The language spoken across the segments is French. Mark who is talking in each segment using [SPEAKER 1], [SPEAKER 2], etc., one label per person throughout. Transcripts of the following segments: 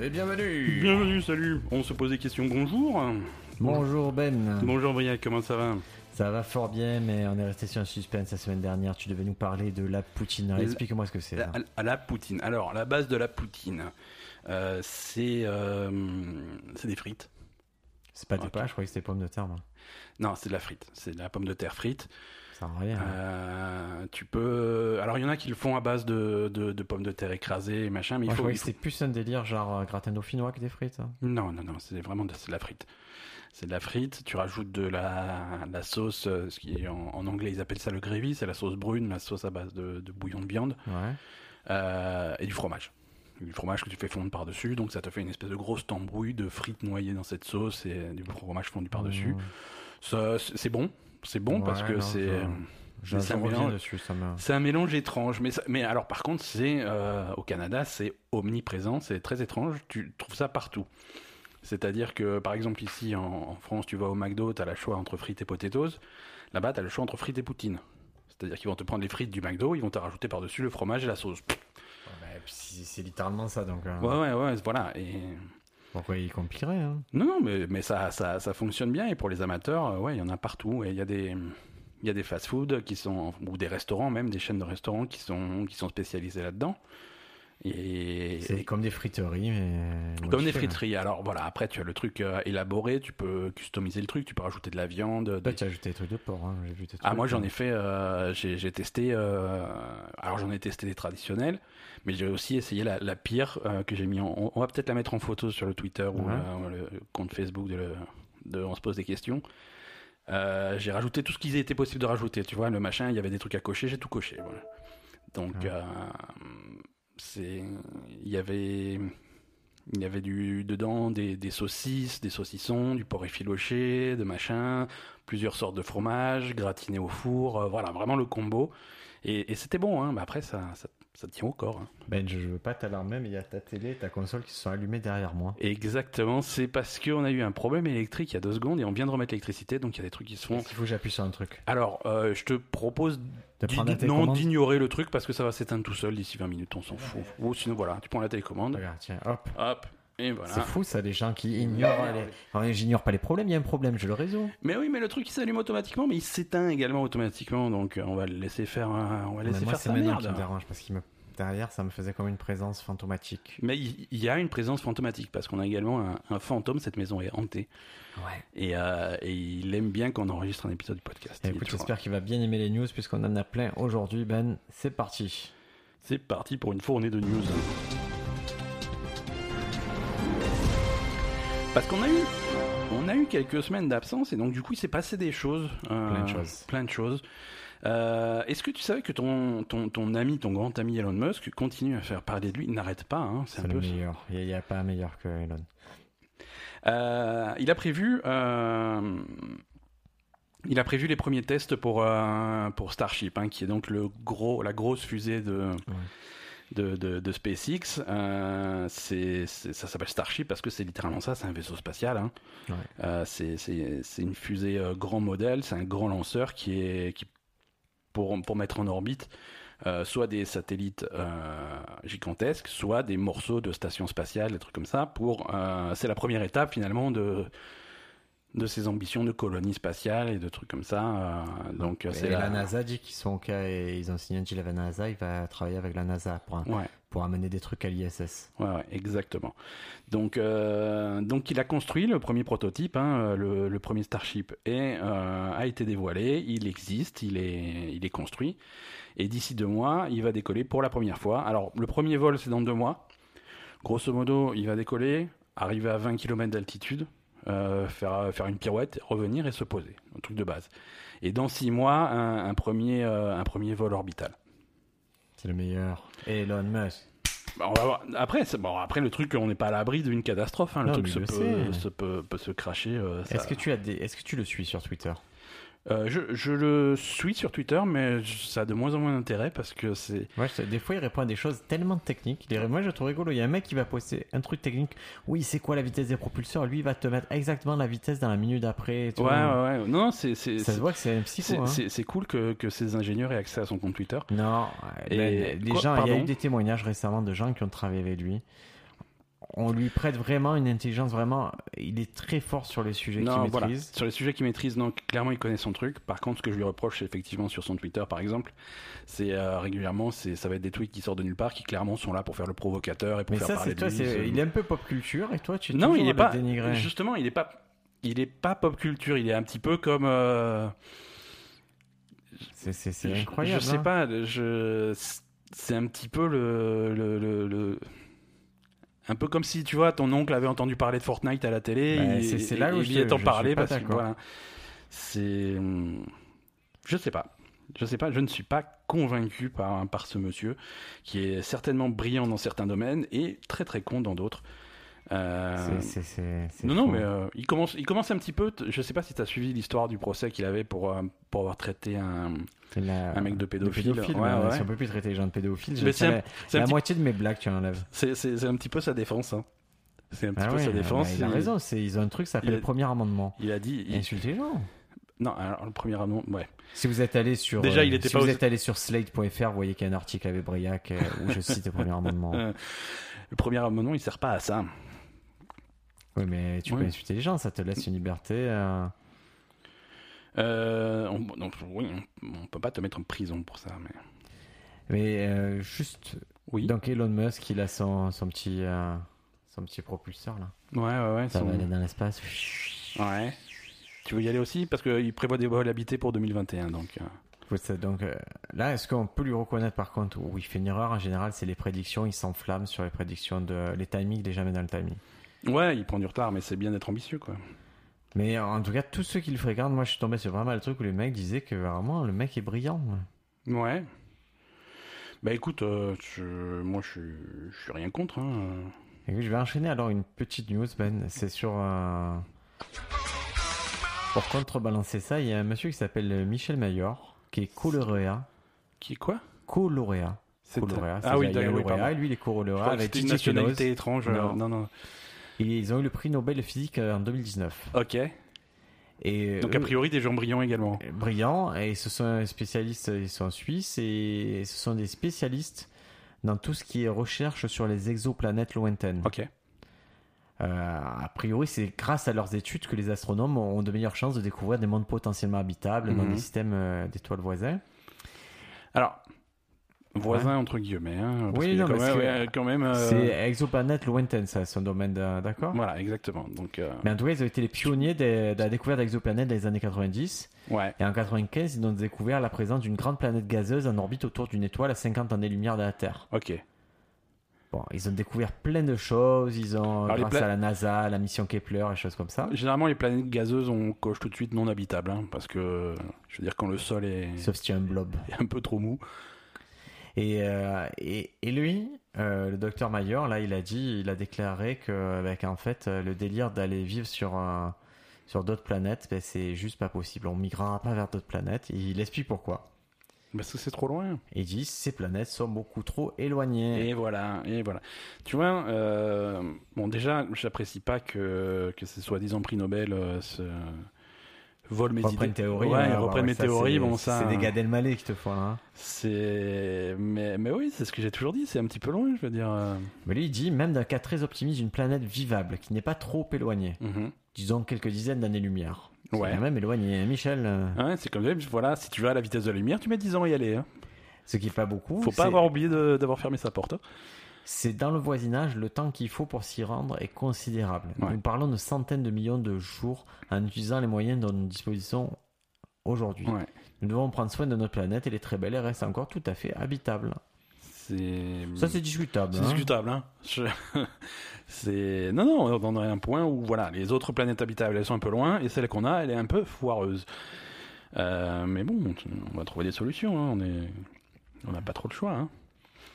[SPEAKER 1] Eh
[SPEAKER 2] Et bienvenue
[SPEAKER 3] Bienvenue, salut. On se pose des questions. Bonjour.
[SPEAKER 1] Bonjour Ben.
[SPEAKER 3] Bonjour Briac, comment ça va
[SPEAKER 1] Ça va fort bien, mais on est resté sur un suspense la semaine dernière. Tu devais nous parler de la poutine. Alors,
[SPEAKER 3] La- Ah,
[SPEAKER 1] Explique-moi ce que c'est. hein.
[SPEAKER 3] la,
[SPEAKER 1] là.
[SPEAKER 3] à la poutine. Alors, la base de la poutine, euh, c'est euh, c'est des frites.
[SPEAKER 1] C'est pas des
[SPEAKER 3] ok.
[SPEAKER 1] pas, je croyais que c'était pommes de terre. Moi.
[SPEAKER 3] Non, c'est de la frite. C'est de la pomme de terre frite.
[SPEAKER 1] Ça sert à rien. hein.
[SPEAKER 3] Euh, tu peux. Alors, il y en a qui le font à base de, de, de pommes de terre écrasées et machin, mais il
[SPEAKER 1] Moi, je
[SPEAKER 3] faut.
[SPEAKER 1] croyais
[SPEAKER 3] il
[SPEAKER 1] que
[SPEAKER 3] faut-
[SPEAKER 1] c'était plus un délire genre euh, gratin dauphinois que des frites. hein.
[SPEAKER 3] Non, non, non, c'est vraiment de, c'est de la frite. C'est de la frite, tu rajoutes de la, la sauce, euh, ce qui est en, en anglais ils appellent ça le gravy, c'est la sauce brune, la sauce à base de, de bouillon de viande,
[SPEAKER 1] Ouais.
[SPEAKER 3] euh, et du fromage. Du fromage que tu fais fondre par-dessus, donc ça te fait une espèce de grosse tambouille de frites noyées dans cette sauce et euh, du fromage fondu par-dessus.
[SPEAKER 1] Mmh.
[SPEAKER 3] Ça, C'est c'est bon, c'est bon
[SPEAKER 1] Ouais,
[SPEAKER 3] parce que
[SPEAKER 1] non,
[SPEAKER 3] c'est...
[SPEAKER 1] je- Je,
[SPEAKER 3] mais ça
[SPEAKER 1] je reviens
[SPEAKER 3] mélange-
[SPEAKER 1] dessus, Bah, ça me.
[SPEAKER 3] c'est un mélange étrange, mais, ça- mais alors par contre, c'est euh, au Canada, c'est omniprésent, c'est très étrange. Tu trouves ça partout. C'est-à-dire que, par exemple, ici en, en France, tu vas au McDo, t'as le choix entre frites et potatoes. Là-bas, t'as le choix entre frites et poutine. C'est-à-dire qu'ils vont te prendre les frites du McDo, ils vont te rajouter par-dessus le fromage et la sauce.
[SPEAKER 1] Ouais, bah, puis c'est c'est littéralement ça, donc. euh,
[SPEAKER 3] Ouais, ouais, ouais, voilà. Et...
[SPEAKER 1] Pourquoi il compliquerait hein
[SPEAKER 3] Non, non, mais, mais ça, ça, ça fonctionne bien. Et pour les amateurs, euh, ouais, il y en a partout. Et il y a des, il y a des fast-food qui sont, ou des restaurants même, des chaînes de restaurants qui sont, qui sont spécialisées là-dedans. Et
[SPEAKER 1] C'est comme des friteries, mais.
[SPEAKER 3] comme des
[SPEAKER 1] modifiées.
[SPEAKER 3] friteries. Alors voilà, après tu as le truc euh, élaboré, tu peux customiser le truc, tu peux rajouter de la viande. des-
[SPEAKER 1] Toi, Bah, tu as ajouté des trucs de porc, hein, j'ai vu tes
[SPEAKER 3] Ah
[SPEAKER 1] trucs,
[SPEAKER 3] moi j'en
[SPEAKER 1] hein.
[SPEAKER 3] ai fait, euh, j'ai j'ai testé. euh, alors j'en ai testé des traditionnels, mais j'ai aussi essayé la, la pire euh, que j'ai mis. En, on- on va peut-être la mettre en photo sur le Twitter ou
[SPEAKER 1] Ouais.
[SPEAKER 3] euh, le compte Facebook de, le- de On se pose des questions. Euh, j'ai rajouté tout ce qu'il était possible de rajouter. Tu vois le machin, il y avait des trucs à cocher, j'ai tout coché. Voilà. Donc
[SPEAKER 1] Ouais.
[SPEAKER 3] euh, c'est, il y avait. Il y avait du dedans des, des saucisses, des saucissons, du porc effiloché, de machin, plusieurs sortes de fromages, gratinés au four, euh, voilà, vraiment le combo. Et, et c'était bon, hein. mais après ça, ça, ça tient au corps. hein.
[SPEAKER 1] Ben, je je veux pas t'alarmer, mais il y a ta télé et ta console qui se sont allumées derrière moi.
[SPEAKER 3] Et Exactement, c'est parce qu'on a eu un problème électrique il y a deux secondes et on vient de remettre l'électricité, donc il y a des trucs qui se font.
[SPEAKER 1] Est-ce qu'il faut que j'appuie sur un truc
[SPEAKER 3] Alors, euh, je te propose
[SPEAKER 1] De
[SPEAKER 3] d'i-
[SPEAKER 1] prendre la
[SPEAKER 3] non
[SPEAKER 1] télécommande
[SPEAKER 3] d'ignorer le truc parce que ça va s'éteindre tout seul d'ici 20 minutes, on s'en fout. Ou sinon, voilà, tu prends la télécommande,
[SPEAKER 1] Regarde, tiens, hop.
[SPEAKER 3] hop, et voilà.
[SPEAKER 1] C'est fou ça, les gens qui ignorent les... Enfin, j'ignorent pas les problèmes, il y a un problème, je le résous.
[SPEAKER 3] Mais oui, mais le truc il s'allume automatiquement, mais il s'éteint également automatiquement, donc euh, on va le laisser faire, euh, on va
[SPEAKER 1] Mais
[SPEAKER 3] laisser
[SPEAKER 1] moi,
[SPEAKER 3] faire
[SPEAKER 1] c'est
[SPEAKER 3] sa
[SPEAKER 1] maintenant qui me
[SPEAKER 3] merde.
[SPEAKER 1] dérange, parce qu'il me... Derrière, ça me faisait comme une présence fantomatique.
[SPEAKER 3] Mais il il y a une présence fantomatique parce qu'on a également un, un fantôme. Cette maison est hantée
[SPEAKER 1] Ouais.
[SPEAKER 3] et, euh, et il aime bien qu'on enregistre un épisode du podcast. Il est
[SPEAKER 1] écoute,
[SPEAKER 3] toujours-
[SPEAKER 1] j'espère qu'il va bien aimer les news, puisqu'on en a plein aujourd'hui. Ben, c'est parti.
[SPEAKER 3] C'est parti pour une fournée de news. Parce qu'on a eu, on a eu quelques semaines d'absence et donc du coup il s'est passé des choses. euh,
[SPEAKER 1] Plein de choses.
[SPEAKER 3] Plein de choses. Euh, Est-ce que tu savais que ton, ton, ton ami, ton grand ami Elon Musk continue à faire parler de lui, il n'arrête pas, hein, c'est
[SPEAKER 1] C'est
[SPEAKER 3] un
[SPEAKER 1] le
[SPEAKER 3] peu ça.
[SPEAKER 1] meilleur. Il n'y a, pas meilleur que Elon.
[SPEAKER 3] Euh, il a prévu. euh, il a prévu les premiers tests pour, euh, pour Starship, hein, qui est donc le gros, la grosse fusée de,
[SPEAKER 1] Ouais.
[SPEAKER 3] de, de- de SpaceX. Euh, c'est- c'est- ça s'appelle Starship parce que c'est littéralement ça, c'est un vaisseau spatial. hein.
[SPEAKER 1] Ouais.
[SPEAKER 3] Euh, c'est- c'est c'est une fusée euh, grand modèle, c'est un grand lanceur qui est qui, pour, pour mettre en orbite euh, soit des satellites euh, gigantesques, soit des morceaux de stations spatiales, des trucs comme ça. Pour euh, c'est la première étape finalement de de ses ambitions de colonie spatiale et de trucs comme ça. euh, donc euh,
[SPEAKER 1] Et
[SPEAKER 3] c'est
[SPEAKER 1] la...
[SPEAKER 3] la-
[SPEAKER 1] NASA dit qu'ils sont au cas et ils ont signé un deal avec la NASA, il va travailler avec la NASA pour,
[SPEAKER 3] Ouais.
[SPEAKER 1] pour amener des trucs à l'ISS.
[SPEAKER 3] Ouais, ouais, exactement. Donc, euh, donc, il a construit le premier prototype, hein, euh, le, le premier Starship, et euh, a été dévoilé. Il existe, il est, il est construit. Et d'ici deux mois, il va décoller pour la première fois. Alors, le premier vol, c'est dans deux mois. Grosso modo, il va décoller, arriver à 20 km d'altitude, euh, faire, faire une pirouette, revenir et se poser. Un truc de base. Et dans six mois, un, un premier, euh, un premier vol orbital.
[SPEAKER 1] C'est le meilleur. Elon Musk.
[SPEAKER 3] Bah, on va voir. Après, c'est- bon, après, le truc, on n'est pas à l'abri d'une catastrophe. hein. Le
[SPEAKER 1] Non,
[SPEAKER 3] truc
[SPEAKER 1] mais
[SPEAKER 3] se
[SPEAKER 1] je
[SPEAKER 3] peut,
[SPEAKER 1] sais.
[SPEAKER 3] se peut, peut se cracher. euh, ça-
[SPEAKER 1] Est-ce que, tu as des... Est que tu le suis sur Twitter
[SPEAKER 3] Euh, je, je le suis sur Twitter, mais je- ça a de moins en moins d'intérêt parce que c'est.
[SPEAKER 1] Ouais, je- des fois, il répond à des choses tellement techniques. Il est- Moi, je trouve rigolo. Il y a un mec qui va poster un truc technique. Oui, c'est quoi la vitesse des propulseurs Lui, il va te mettre exactement la vitesse dans la minute d'après. et tout.
[SPEAKER 3] Ouais, ouais, ouais. Non, c'est. c'est-
[SPEAKER 1] Ça se
[SPEAKER 3] c'est-
[SPEAKER 1] voit que c'est un
[SPEAKER 3] c'est-
[SPEAKER 1] psycho. Hein.
[SPEAKER 3] c'est- c'est cool que, que ces ingénieurs aient accès à son compte Twitter.
[SPEAKER 1] Non,
[SPEAKER 3] Et-
[SPEAKER 1] ben, les
[SPEAKER 3] quoi,
[SPEAKER 1] gens, il y a
[SPEAKER 3] pardon
[SPEAKER 1] eu des témoignages récemment de gens qui ont travaillé avec lui. on lui prête vraiment une intelligence vraiment. Il est très fort sur les sujets qu'il
[SPEAKER 3] Non, voilà.
[SPEAKER 1] maîtrise.
[SPEAKER 3] Sur les sujets qu'il maîtrise, donc clairement, il connaît son truc. Par contre, ce que je lui reproche, c'est effectivement sur son Twitter, par exemple, c'est euh, régulièrement, c'est ça va être des tweets qui sortent de nulle part, qui clairement sont là pour faire le provocateur et pour
[SPEAKER 1] Mais
[SPEAKER 3] faire
[SPEAKER 1] ça,
[SPEAKER 3] parler
[SPEAKER 1] c'est
[SPEAKER 3] de
[SPEAKER 1] toi,
[SPEAKER 3] lui,
[SPEAKER 1] c'est-
[SPEAKER 3] c'est-
[SPEAKER 1] il est un peu pop culture et toi, tu es
[SPEAKER 3] non,
[SPEAKER 1] toujours
[SPEAKER 3] il
[SPEAKER 1] à
[SPEAKER 3] est
[SPEAKER 1] le
[SPEAKER 3] pas.
[SPEAKER 1] dénigrer.
[SPEAKER 3] Justement, il est pas. Il est pas pop culture. Il est un petit peu comme. euh,
[SPEAKER 1] C'est- C'est c'est
[SPEAKER 3] je-
[SPEAKER 1] incroyable.
[SPEAKER 3] Je sais
[SPEAKER 1] hein.
[SPEAKER 3] pas. Je. C'est un petit peu le le, le- le- Un peu comme si tu vois ton oncle avait entendu parler de Fortnite à la télé.
[SPEAKER 1] Bah,
[SPEAKER 3] il-
[SPEAKER 1] c'est- c'est
[SPEAKER 3] et-
[SPEAKER 1] là où
[SPEAKER 3] et
[SPEAKER 1] je-
[SPEAKER 3] lui est en
[SPEAKER 1] je
[SPEAKER 3] parlé
[SPEAKER 1] suis pas
[SPEAKER 3] parce que
[SPEAKER 1] d'accord.
[SPEAKER 3] voilà. C'est. hum, Je sais pas. Je sais pas. Je ne suis pas convaincu par par ce monsieur qui est certainement brillant dans certains domaines et très très con dans d'autres. Euh,
[SPEAKER 1] C'est- c'est- c'est- c'est
[SPEAKER 3] non, non,
[SPEAKER 1] fou. hein.
[SPEAKER 3] mais euh, il, commence, il commence un petit peu. t- Je sais pas si tu as suivi l'histoire du procès qu'il avait pour, euh, pour avoir traité un,
[SPEAKER 1] C'est la-
[SPEAKER 3] un mec de
[SPEAKER 1] de
[SPEAKER 3] pédophile.
[SPEAKER 1] pédophile.
[SPEAKER 3] Ouais,
[SPEAKER 1] ouais,
[SPEAKER 3] ouais.
[SPEAKER 1] Si on peut plus traiter les gens de pédophiles,
[SPEAKER 3] Mais
[SPEAKER 1] j'ai
[SPEAKER 3] c'est
[SPEAKER 1] ça,
[SPEAKER 3] un-
[SPEAKER 1] la,
[SPEAKER 3] C'est un,
[SPEAKER 1] la
[SPEAKER 3] petit-
[SPEAKER 1] moitié de mes blagues, tu enlèves.
[SPEAKER 3] c'est- c'est- c'est un petit peu sa défense. hein. C'est un petit
[SPEAKER 1] Ah
[SPEAKER 3] peu
[SPEAKER 1] ouais,
[SPEAKER 3] sa
[SPEAKER 1] bah,
[SPEAKER 3] défense.
[SPEAKER 1] il a raison, c'est- ils ont un truc, ça s'appelle
[SPEAKER 3] il a-
[SPEAKER 1] le premier amendement.
[SPEAKER 3] il a dit. il-
[SPEAKER 1] Insultez les gens.
[SPEAKER 3] Non, alors le premier amendement. Ouais.
[SPEAKER 1] Si vous êtes allé sur
[SPEAKER 3] Déjà,
[SPEAKER 1] euh,
[SPEAKER 3] il était
[SPEAKER 1] si
[SPEAKER 3] pas
[SPEAKER 1] vous
[SPEAKER 3] aux-
[SPEAKER 1] êtes allé sur slate.fr, vous voyez qu'il y a un article avec Briac euh, où je cite le premier amendement.
[SPEAKER 3] Euh, le premier amendement, il sert pas à ça.
[SPEAKER 1] Oui, mais tu
[SPEAKER 3] ouais.
[SPEAKER 1] peux insulter les gens, ça te laisse une liberté. euh,
[SPEAKER 3] Euh, on, donc, oui, on, on peut pas te mettre en prison pour ça. Mais...
[SPEAKER 1] Mais euh, juste,
[SPEAKER 3] Oui.
[SPEAKER 1] donc Elon Musk, il a son, son petit euh, son petit propulseur là.
[SPEAKER 3] Ouais, ouais, ouais.
[SPEAKER 1] Ça
[SPEAKER 3] son-
[SPEAKER 1] va aller dans l'espace.
[SPEAKER 3] Ouais. Tu veux y aller aussi Parce qu'il prévoit des vols habités pour 2021. Donc. euh,
[SPEAKER 1] Faut ça- Donc euh, là, est-ce qu'on peut lui reconnaître par contre où il fait une erreur En général, c'est les prédictions, il s'enflamme sur les prédictions de les timings, il est jamais dans le timing.
[SPEAKER 3] euh, Ouais, il prend du retard, mais c'est bien d'être ambitieux, quoi.
[SPEAKER 1] Mais en tout cas, tous ceux qui le fréquentent, moi je suis tombé sur pas mal de trucs où les mecs disaient que vraiment le mec est brillant.
[SPEAKER 3] Ouais. Bah écoute, euh, je- moi je suis, je suis rien contre. hein. Euh,
[SPEAKER 1] Et oui, je vais enchaîner alors une petite news, Ben. C'est sur. euh, Pour contrebalancer ça, il y a un monsieur qui s'appelle euh, Michel Mayor, qui est coloréa.
[SPEAKER 3] Qui quoi
[SPEAKER 1] Coloréa.
[SPEAKER 3] C'est-
[SPEAKER 1] Coloréa.
[SPEAKER 3] Ah oui,
[SPEAKER 1] il y a
[SPEAKER 3] d'accord, oui,
[SPEAKER 1] lauréat,
[SPEAKER 3] pardon.
[SPEAKER 1] et lui il est
[SPEAKER 3] Je
[SPEAKER 1] coloréa
[SPEAKER 3] crois que
[SPEAKER 1] avec
[SPEAKER 3] c'était une
[SPEAKER 1] Gigi
[SPEAKER 3] nationalité
[SPEAKER 1] Quinnoz.
[SPEAKER 3] étrange. euh,
[SPEAKER 1] Non.
[SPEAKER 3] Non. non,
[SPEAKER 1] Et ils ont eu le prix Nobel de physique euh, en 2019.
[SPEAKER 3] Ok.
[SPEAKER 1] Et
[SPEAKER 3] Donc
[SPEAKER 1] eux,
[SPEAKER 3] a priori des gens brillants également.
[SPEAKER 1] brillants, et ce sont des spécialistes, ils sont suisses, et ce sont des spécialistes dans tout ce qui est recherche sur les exoplanètes lointaines.
[SPEAKER 3] Ok.
[SPEAKER 1] Euh, a priori, c'est grâce à leurs études que les astronomes ont de meilleures chances de découvrir des mondes potentiellement habitables dans
[SPEAKER 3] Mhm.
[SPEAKER 1] des systèmes euh, d'étoiles voisins.
[SPEAKER 3] Alors, voisin entre guillemets. hein, parce
[SPEAKER 1] Oui,
[SPEAKER 3] qu'il y a
[SPEAKER 1] non,
[SPEAKER 3] quand
[SPEAKER 1] mais
[SPEAKER 3] même,
[SPEAKER 1] c'est-
[SPEAKER 3] ouais, quand même, euh,
[SPEAKER 1] C'est exoplanète lointaine, ça, son domaine, d'a- d'accord
[SPEAKER 3] Voilà, exactement. Donc, euh,
[SPEAKER 1] Mais en tout cas, ils ont été les pionniers des- de la découverte d'exoplanètes dans les années 90.
[SPEAKER 3] ouais.
[SPEAKER 1] Et en 95, ils ont découvert la présence d'une grande planète gazeuse en orbite autour d'une étoile à 50 années-lumière de la Terre.
[SPEAKER 3] Ok.
[SPEAKER 1] Bon, ils ont découvert plein de choses. Ils ont,
[SPEAKER 3] Alors, les
[SPEAKER 1] grâce
[SPEAKER 3] pla-
[SPEAKER 1] à la NASA, la mission Kepler, et choses comme ça.
[SPEAKER 3] Généralement, les planètes gazeuses, on coche tout de suite non habitable, hein, parce que je veux dire quand le sol est,
[SPEAKER 1] Sauf si tu as un blob.
[SPEAKER 3] est un peu trop mou.
[SPEAKER 1] Et, euh, et, et lui, euh, le docteur Mayer, là, il a dit, il a déclaré que, bah, qu'en fait, euh, le délire d'aller vivre sur un- sur d'autres planètes, bah, c'est juste pas possible. On migrera pas vers d'autres planètes. Et il explique pourquoi.
[SPEAKER 3] Parce que c'est trop loin.
[SPEAKER 1] Il dit, ces planètes sont beaucoup trop éloignées.
[SPEAKER 3] Et voilà, et voilà. Tu vois, euh, bon, déjà, j'apprécie pas que, que ce soi-disant prix Nobel euh, se vole mes
[SPEAKER 1] Reprennent
[SPEAKER 3] idées.
[SPEAKER 1] théorie.
[SPEAKER 3] Ouais,
[SPEAKER 1] hein,
[SPEAKER 3] ils
[SPEAKER 1] bah,
[SPEAKER 3] reprennent
[SPEAKER 1] ouais,
[SPEAKER 3] mes
[SPEAKER 1] ça,
[SPEAKER 3] théories.
[SPEAKER 1] c'est-
[SPEAKER 3] bon, ça. hein.
[SPEAKER 1] C'est des Gad Elmaleh qui te font là. hein.
[SPEAKER 3] C'est. Mais, mais oui, c'est ce que j'ai toujours dit, c'est un petit peu loin, je veux dire. euh,
[SPEAKER 1] Mais lui, il dit, même d'un cas très optimiste, une planète vivable qui n'est pas trop éloignée.
[SPEAKER 3] mhm.
[SPEAKER 1] disons quelques dizaines d'années-lumière. C'est
[SPEAKER 3] Ouais.
[SPEAKER 1] quand même éloigné. Michel, euh,
[SPEAKER 3] Ouais, c'est comme voilà, si tu vas à la vitesse de la lumière, tu mets 10 ans à y aller. hein.
[SPEAKER 1] ce qui est pas beaucoup,
[SPEAKER 3] Faut
[SPEAKER 1] c'est-
[SPEAKER 3] pas avoir oublié de- d'avoir fermé sa porte. hein.
[SPEAKER 1] c'est dans le voisinage, le temps qu'il faut pour s'y rendre est considérable.
[SPEAKER 3] Ouais.
[SPEAKER 1] Nous parlons de centaines de millions de jours en utilisant les moyens dont nous disposons aujourd'hui.
[SPEAKER 3] Ouais.
[SPEAKER 1] Nous devons prendre soin de notre planète, elle est très belle, elle reste encore tout à fait habitable.
[SPEAKER 3] C'est.
[SPEAKER 1] Ça, c'est discutable.
[SPEAKER 3] C'est
[SPEAKER 1] hein.
[SPEAKER 3] discutable, hein. Je- c'est non, non, on en est à un point où voilà, les autres planètes habitables, elles sont un peu loin, et celle qu'on a, elle est un peu foireuse. Euh, mais bon, on va trouver des solutions. hein, On est, on n'a pas trop de choix. Hein.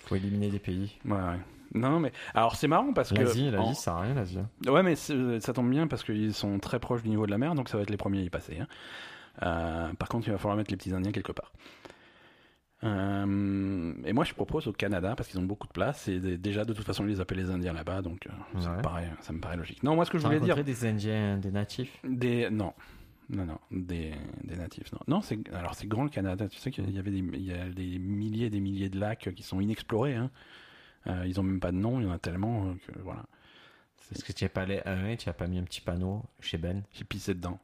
[SPEAKER 1] Faut éliminer des pays.
[SPEAKER 3] Ouais, ouais. Non, mais alors c'est marrant parce que
[SPEAKER 1] L'Asie, l'Asie,
[SPEAKER 3] en-
[SPEAKER 1] ça sert à rien, l'Asie.
[SPEAKER 3] Ouais, mais c'est- euh, ça tombe bien parce qu'ils sont très proches du niveau de la mer, donc ça va être les premiers à y passer. hein. Euh, par contre, il va falloir mettre les petits Indiens quelque part. Euh, et moi, je propose au Canada parce qu'ils ont beaucoup de place et dé- déjà de toute façon, ils les appellent les Indiens là-bas, donc euh, ça, me
[SPEAKER 1] Ouais.
[SPEAKER 3] paraît, ça me paraît logique. Non, moi, ce que je
[SPEAKER 1] T'as
[SPEAKER 3] voulais dire,
[SPEAKER 1] rencontré des Indiens, des natifs
[SPEAKER 3] des non, non, non, des, des natifs. Non, non, c'est alors c'est grand le Canada. Tu sais qu'il y avait des, il y a des milliers, et des milliers de lacs qui sont inexplorés. hein. Euh, ils ont même pas de nom. Il y en a tellement euh, que voilà.
[SPEAKER 1] Est-ce que tu n'es pas allé à un et tu n'as pas mis un petit panneau chez Ben
[SPEAKER 3] J'ai pissé dedans.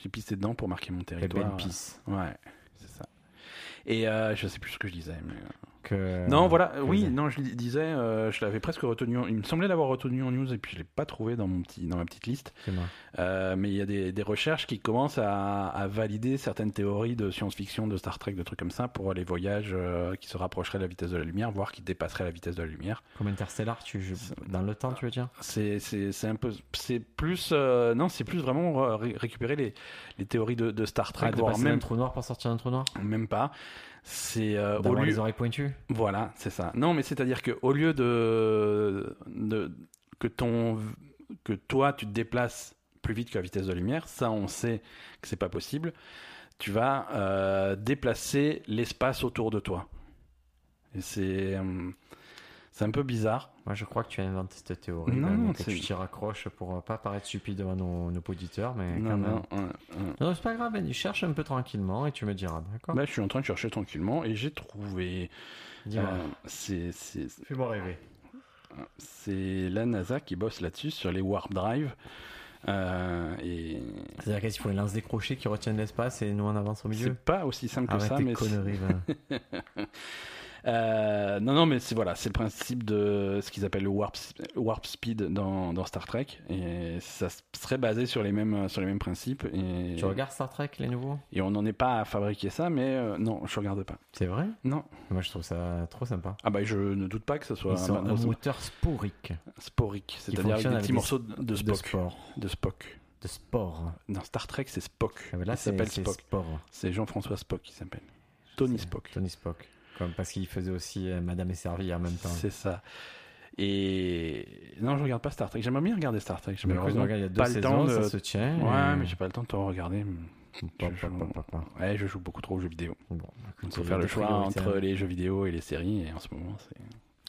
[SPEAKER 3] J'ai pissé dedans pour marquer mon
[SPEAKER 1] Chez
[SPEAKER 3] territoire.
[SPEAKER 1] Ben Peace.
[SPEAKER 3] Ouais, c'est ça. Et euh, je sais plus ce que je disais. mais- euh,
[SPEAKER 1] Que...
[SPEAKER 3] non, voilà, oui,
[SPEAKER 1] vas-y.
[SPEAKER 3] non, je li- disais, euh, je l'avais presque retenu. en- Il me semblait l'avoir retenu en news et puis je l'ai pas trouvé dans mon petit, dans ma petite liste.
[SPEAKER 1] C'est marrant.
[SPEAKER 3] Euh, mais il y a des, des recherches qui commencent à, à valider certaines théories de science-fiction, de Star Trek, de trucs comme ça, pour les voyages euh, qui se rapprocheraient de la vitesse de la lumière, voire qui dépasseraient la vitesse de la lumière.
[SPEAKER 1] Comme Interstellar, tu... je-
[SPEAKER 3] C'est-
[SPEAKER 1] dans le temps, tu veux dire
[SPEAKER 3] C'est c'est- c'est un peu, c'est plus, euh, non, c'est plus vraiment euh, ré- récupérer les, les théories de, de Star Trek,
[SPEAKER 1] Ah, de
[SPEAKER 3] voire
[SPEAKER 1] passer d'un
[SPEAKER 3] même,
[SPEAKER 1] trou noir pour sortir d'un trou noir
[SPEAKER 3] même pas. C'est euh, au
[SPEAKER 1] D'avoir
[SPEAKER 3] lieu-
[SPEAKER 1] les oreilles pointues
[SPEAKER 3] Voilà, c'est ça. Non, mais c'est-à-dire que au lieu de, de- que ton que toi tu te déplaces plus vite que la vitesse de la lumière, ça on sait que c'est pas possible. Tu vas euh, déplacer l'espace autour de toi. Et c'est hum, c'est un peu bizarre.
[SPEAKER 1] Moi, je crois que tu as inventé cette théorie.
[SPEAKER 3] Non,
[SPEAKER 1] Ben,
[SPEAKER 3] non,
[SPEAKER 1] que
[SPEAKER 3] c'est-
[SPEAKER 1] tu t'y raccroches pour euh, pas paraître stupide devant nos, nos auditeurs, mais
[SPEAKER 3] Non,
[SPEAKER 1] quand même.
[SPEAKER 3] non, hein, hein.
[SPEAKER 1] Non, c'est pas grave, Ben, cherche un peu tranquillement et tu me diras, d'accord
[SPEAKER 3] Bah, je suis en train de chercher tranquillement et j'ai trouvé.
[SPEAKER 1] Dis-moi.
[SPEAKER 3] Euh, c'est- c'est
[SPEAKER 1] Fais-moi rêver.
[SPEAKER 3] c'est la NASA qui bosse là-dessus sur les warp drive. Euh, et,
[SPEAKER 1] C'est-à-dire qu'est-ce qu'il faut lance des crochets qui retiennent l'espace et nous on avance au
[SPEAKER 3] C'est
[SPEAKER 1] milieu
[SPEAKER 3] pas aussi simple que
[SPEAKER 1] Arrête
[SPEAKER 3] ça,
[SPEAKER 1] tes
[SPEAKER 3] mais c'est-
[SPEAKER 1] conneries, Ben.
[SPEAKER 3] Euh, non, non, mais c'est voilà, c'est le principe de ce qu'ils appellent le warp, warp speed dans, dans Star Trek, et ça s- serait basé sur les mêmes sur les mêmes principes. Et,
[SPEAKER 1] tu regardes Star Trek, les nouveaux
[SPEAKER 3] et on n'en est pas à fabriquer ça, mais euh, non, je regarde pas.
[SPEAKER 1] C'est vrai
[SPEAKER 3] Non,
[SPEAKER 1] Moi, je trouve ça trop sympa.
[SPEAKER 3] ah bah je ne doute pas que ce soit
[SPEAKER 1] Ils sont
[SPEAKER 3] un-
[SPEAKER 1] un
[SPEAKER 3] un-
[SPEAKER 1] moteur sporique
[SPEAKER 3] sporique, c'est-à-dire avec
[SPEAKER 1] fonctionne
[SPEAKER 3] des
[SPEAKER 1] avec
[SPEAKER 3] petits
[SPEAKER 1] des-
[SPEAKER 3] morceaux de, de
[SPEAKER 1] de
[SPEAKER 3] Spock.
[SPEAKER 1] sport.
[SPEAKER 3] De Spock.
[SPEAKER 1] De sport.
[SPEAKER 3] Dans Star Trek, c'est Spock.
[SPEAKER 1] Ah, mais Là,
[SPEAKER 3] il
[SPEAKER 1] c'est
[SPEAKER 3] s'appelle
[SPEAKER 1] c'est
[SPEAKER 3] Spock.
[SPEAKER 1] sport.
[SPEAKER 3] C'est Jean-François Spock qui s'appelle. Tony
[SPEAKER 1] C'est
[SPEAKER 3] Spock.
[SPEAKER 1] Tony Spock. Comme parce qu'il faisait aussi euh, Madame et Servie en même temps.
[SPEAKER 3] C'est ça. Et non, je regarde pas Star Trek. J'aimerais bien regarder Star Trek. J'ai
[SPEAKER 1] Malheureusement,
[SPEAKER 3] malheureusement
[SPEAKER 1] regarde, il y a deux
[SPEAKER 3] pas le temps
[SPEAKER 1] saisons,
[SPEAKER 3] de-
[SPEAKER 1] ça se tient.
[SPEAKER 3] Ouais,
[SPEAKER 1] et-
[SPEAKER 3] mais j'ai pas le temps de te regarder.
[SPEAKER 1] Bon,
[SPEAKER 3] Je-
[SPEAKER 1] bon, bon, bon, bon.
[SPEAKER 3] Ouais, je joue beaucoup trop aux jeux vidéo.
[SPEAKER 1] Bon,
[SPEAKER 3] Il
[SPEAKER 1] c'est
[SPEAKER 3] faut faire
[SPEAKER 1] des
[SPEAKER 3] le choix
[SPEAKER 1] priorités,
[SPEAKER 3] entre
[SPEAKER 1] hein.
[SPEAKER 3] les jeux vidéo et les séries. Et en ce moment, c'est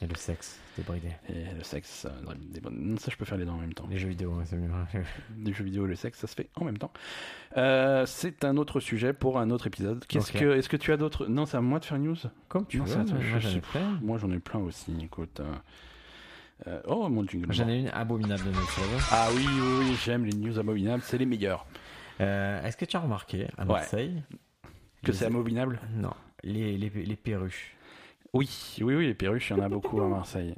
[SPEAKER 1] Et le sexe, débridé.
[SPEAKER 3] et le sexe. euh, dans les- des bonnes- Ça, je peux faire les deux en même temps.
[SPEAKER 1] Les jeux vidéo, ouais, c'est mieux.
[SPEAKER 3] Les jeux vidéo et le sexe, ça se fait en même temps. Euh, c'est un autre sujet pour un autre épisode. Qu'est-ce
[SPEAKER 1] Ok.
[SPEAKER 3] que, est-ce que tu as d'autres Non, c'est à moi de faire news.
[SPEAKER 1] Comme tu
[SPEAKER 3] Non,
[SPEAKER 1] veux,
[SPEAKER 3] ça,
[SPEAKER 1] moi,
[SPEAKER 3] je-
[SPEAKER 1] j'en ai
[SPEAKER 3] je-
[SPEAKER 1] plein.
[SPEAKER 3] Moi, j'en ai plein aussi. Écoute. euh, euh, Oh mon jingle.
[SPEAKER 1] J'en ai une abominable de notre saison.
[SPEAKER 3] Ah oui, oui, oui, j'aime les news abominables. C'est les meilleurs.
[SPEAKER 1] Euh, Est-ce que tu as remarqué à
[SPEAKER 3] Ouais.
[SPEAKER 1] Marseille les-
[SPEAKER 3] Que c'est abominable.
[SPEAKER 1] Non, les, les, les perruches.
[SPEAKER 3] Oui, oui, oui, les perruches, il y en a beaucoup à Marseille.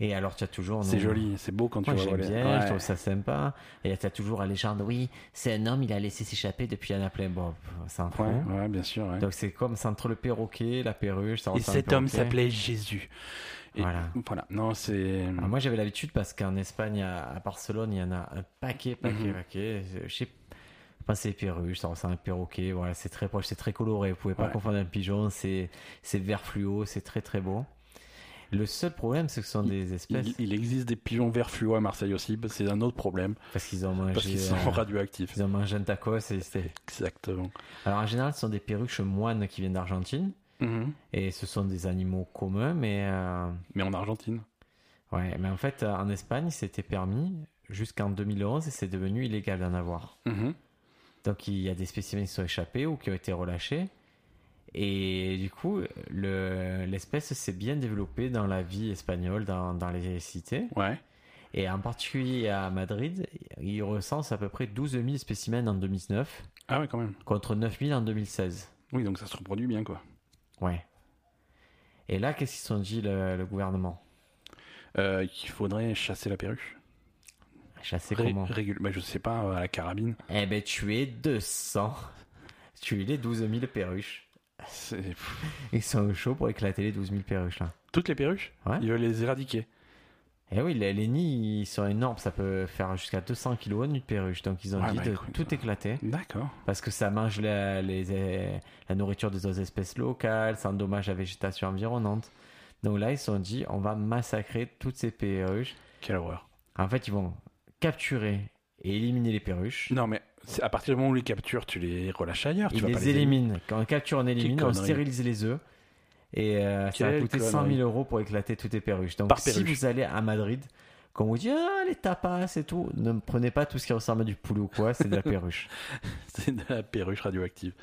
[SPEAKER 1] Et alors, tu as toujours.
[SPEAKER 3] C'est
[SPEAKER 1] Oh non,
[SPEAKER 3] joli, c'est beau quand tu
[SPEAKER 1] Moi,
[SPEAKER 3] vois
[SPEAKER 1] j'aime
[SPEAKER 3] voler.
[SPEAKER 1] bien, je
[SPEAKER 3] Ouais.
[SPEAKER 1] trouve ça sympa. Et tu as toujours la légende oui, c'est un homme, il a laissé s'échapper depuis un plein. Bon, c'est un fou.
[SPEAKER 3] Ouais, ouais, bien sûr. ouais.
[SPEAKER 1] Donc, c'est comme c'est entre le perroquet, la perruche. Ça
[SPEAKER 3] Et
[SPEAKER 1] ressemble à un
[SPEAKER 3] cet homme
[SPEAKER 1] perroquet.
[SPEAKER 3] s'appelait Jésus. Et hmm.
[SPEAKER 1] Voilà.
[SPEAKER 3] Voilà. Non, c'est.
[SPEAKER 1] Alors, Ah, moi j'avais l'habitude parce qu'en Espagne, à, à Barcelone, il y en a un paquet, paquet,
[SPEAKER 3] Mhm.
[SPEAKER 1] paquet. Je sais pas, c'est perruche, ça ressemble à un perroquet. Voilà, c'est très proche, c'est très coloré. Vous pouvez pas
[SPEAKER 3] Ouais.
[SPEAKER 1] confondre un pigeon, c'est c'est vert fluo, c'est très très beau. Le seul problème, c'est que ce sont des espèces
[SPEAKER 3] Il, il existe des pigeons verts fluo à Marseille aussi, bah, c'est un autre problème
[SPEAKER 1] parce qu'ils ont mangé,
[SPEAKER 3] parce qu'ils sont
[SPEAKER 1] euh,
[SPEAKER 3] radioactifs.
[SPEAKER 1] ils ont mangé un tacos. Et c'était-
[SPEAKER 3] Exactement.
[SPEAKER 1] Alors en général, ce sont des perruches moines qui viennent d'Argentine
[SPEAKER 3] Mhm.
[SPEAKER 1] et ce sont des animaux communs, mais euh,
[SPEAKER 3] Mais en Argentine.
[SPEAKER 1] ouais, mais en fait, euh, en Espagne, c'était permis jusqu'en 2011 et c'est devenu illégal d'en avoir.
[SPEAKER 3] Mhm.
[SPEAKER 1] Donc il y a des spécimens qui sont échappés ou qui ont été relâchés. Et du coup, le- l'espèce s'est bien développée dans la vie espagnole, dans, dans les cités.
[SPEAKER 3] Ouais.
[SPEAKER 1] Et en particulier à Madrid, il recense à peu près 12 000 spécimens en 2009
[SPEAKER 3] Ah ouais, quand même.
[SPEAKER 1] contre 9 000 en 2016.
[SPEAKER 3] Oui, donc ça se reproduit bien, quoi.
[SPEAKER 1] Ouais. Et là, qu'est-ce qu'ils se sont dit le, le gouvernement
[SPEAKER 3] Euh, Qu'il faudrait chasser la perruche.
[SPEAKER 1] Chasser
[SPEAKER 3] Ré-
[SPEAKER 1] comment
[SPEAKER 3] régul- bah, je sais pas, euh, à la carabine.
[SPEAKER 1] Eh ben tuer 200 Tuer les 12 000 perruches.
[SPEAKER 3] C'est- pff.
[SPEAKER 1] Ils sont chauds pour éclater les 12 000 perruches là.
[SPEAKER 3] Toutes les perruches
[SPEAKER 1] Ouais.
[SPEAKER 3] Ils veulent les éradiquer.
[SPEAKER 1] Eh oui, les, les nids ils sont énormes, ça peut faire jusqu'à 200 kg une perruche, donc ils ont
[SPEAKER 3] Ouais,
[SPEAKER 1] dit
[SPEAKER 3] bah,
[SPEAKER 1] de
[SPEAKER 3] écoute,
[SPEAKER 1] tout éclater
[SPEAKER 3] D'accord.
[SPEAKER 1] parce que ça mange la, les, euh, la nourriture des autres espèces locales, ça endommage la végétation environnante. Donc là, ils se sont dit, on va massacrer toutes ces perruches.
[SPEAKER 3] Quelle horreur.
[SPEAKER 1] En fait, ils vont capturer et éliminer les perruches.
[SPEAKER 3] Non, mais c'est à partir du moment où les captures, tu les relâches ailleurs. tu
[SPEAKER 1] Ils
[SPEAKER 3] vas
[SPEAKER 1] les,
[SPEAKER 3] pas
[SPEAKER 1] éliminent. Quand on capture, on élimine, on
[SPEAKER 3] connerie.
[SPEAKER 1] stérilise les œufs. Et euh, ça va
[SPEAKER 3] Quelle
[SPEAKER 1] coûter 100
[SPEAKER 3] connerie.
[SPEAKER 1] 000 euros pour éclater toutes les perruches. Donc
[SPEAKER 3] Par
[SPEAKER 1] si
[SPEAKER 3] perruche.
[SPEAKER 1] vous allez à Madrid, quand on vous dit ah, les tapas et tout, ne prenez pas tout ce qui ressemble à du poulet ou quoi, c'est de la perruche.
[SPEAKER 3] C'est de la perruche radioactive.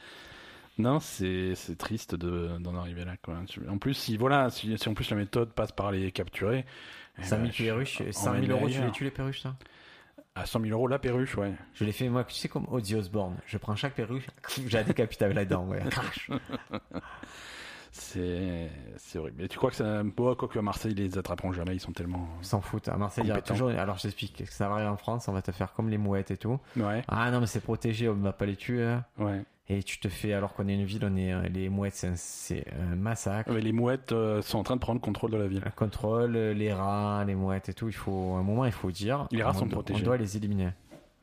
[SPEAKER 3] Non, c'est c'est triste de- d'en arriver là. Quoi. En plus, si, voilà, si, si en plus la méthode passe par les capturer. eh
[SPEAKER 1] 5000
[SPEAKER 3] ben, je-
[SPEAKER 1] perruches,
[SPEAKER 3] emmène-les
[SPEAKER 1] 5000 euros, tu les
[SPEAKER 3] ailleurs.
[SPEAKER 1] tues les perruches, ça
[SPEAKER 3] À 100 000 euros la perruche, ouais.
[SPEAKER 1] Je les fais, moi, tu sais, comme Ozzy Osbourne. Je prends chaque perruche, j'ai la décapite avec la dent, ouais. Crash.
[SPEAKER 3] C'est c'est horrible. Et tu crois que ça. Bon, quoi que à Marseille, ils les attraperont jamais, ils sont tellement.
[SPEAKER 1] Ils s'en foutent. À Marseille, il y a
[SPEAKER 3] Compétent.
[SPEAKER 1] toujours. Alors, je t'explique, ça va arriver en France, on va te faire comme les mouettes et tout.
[SPEAKER 3] Ouais,
[SPEAKER 1] Ah non, mais c'est protégé, on ne va pas les tuer. hein.
[SPEAKER 3] ouais.
[SPEAKER 1] Et tu te fais, alors qu'on est une ville, on est euh, les mouettes, c'est un, c'est un massacre.
[SPEAKER 3] Mais les mouettes euh, sont en train de prendre contrôle de la ville.
[SPEAKER 1] Le contrôle, euh, les rats, les mouettes et tout, il faut, à un moment, il faut dire.
[SPEAKER 3] Les rats
[SPEAKER 1] on-
[SPEAKER 3] sont protégés.
[SPEAKER 1] On doit les éliminer.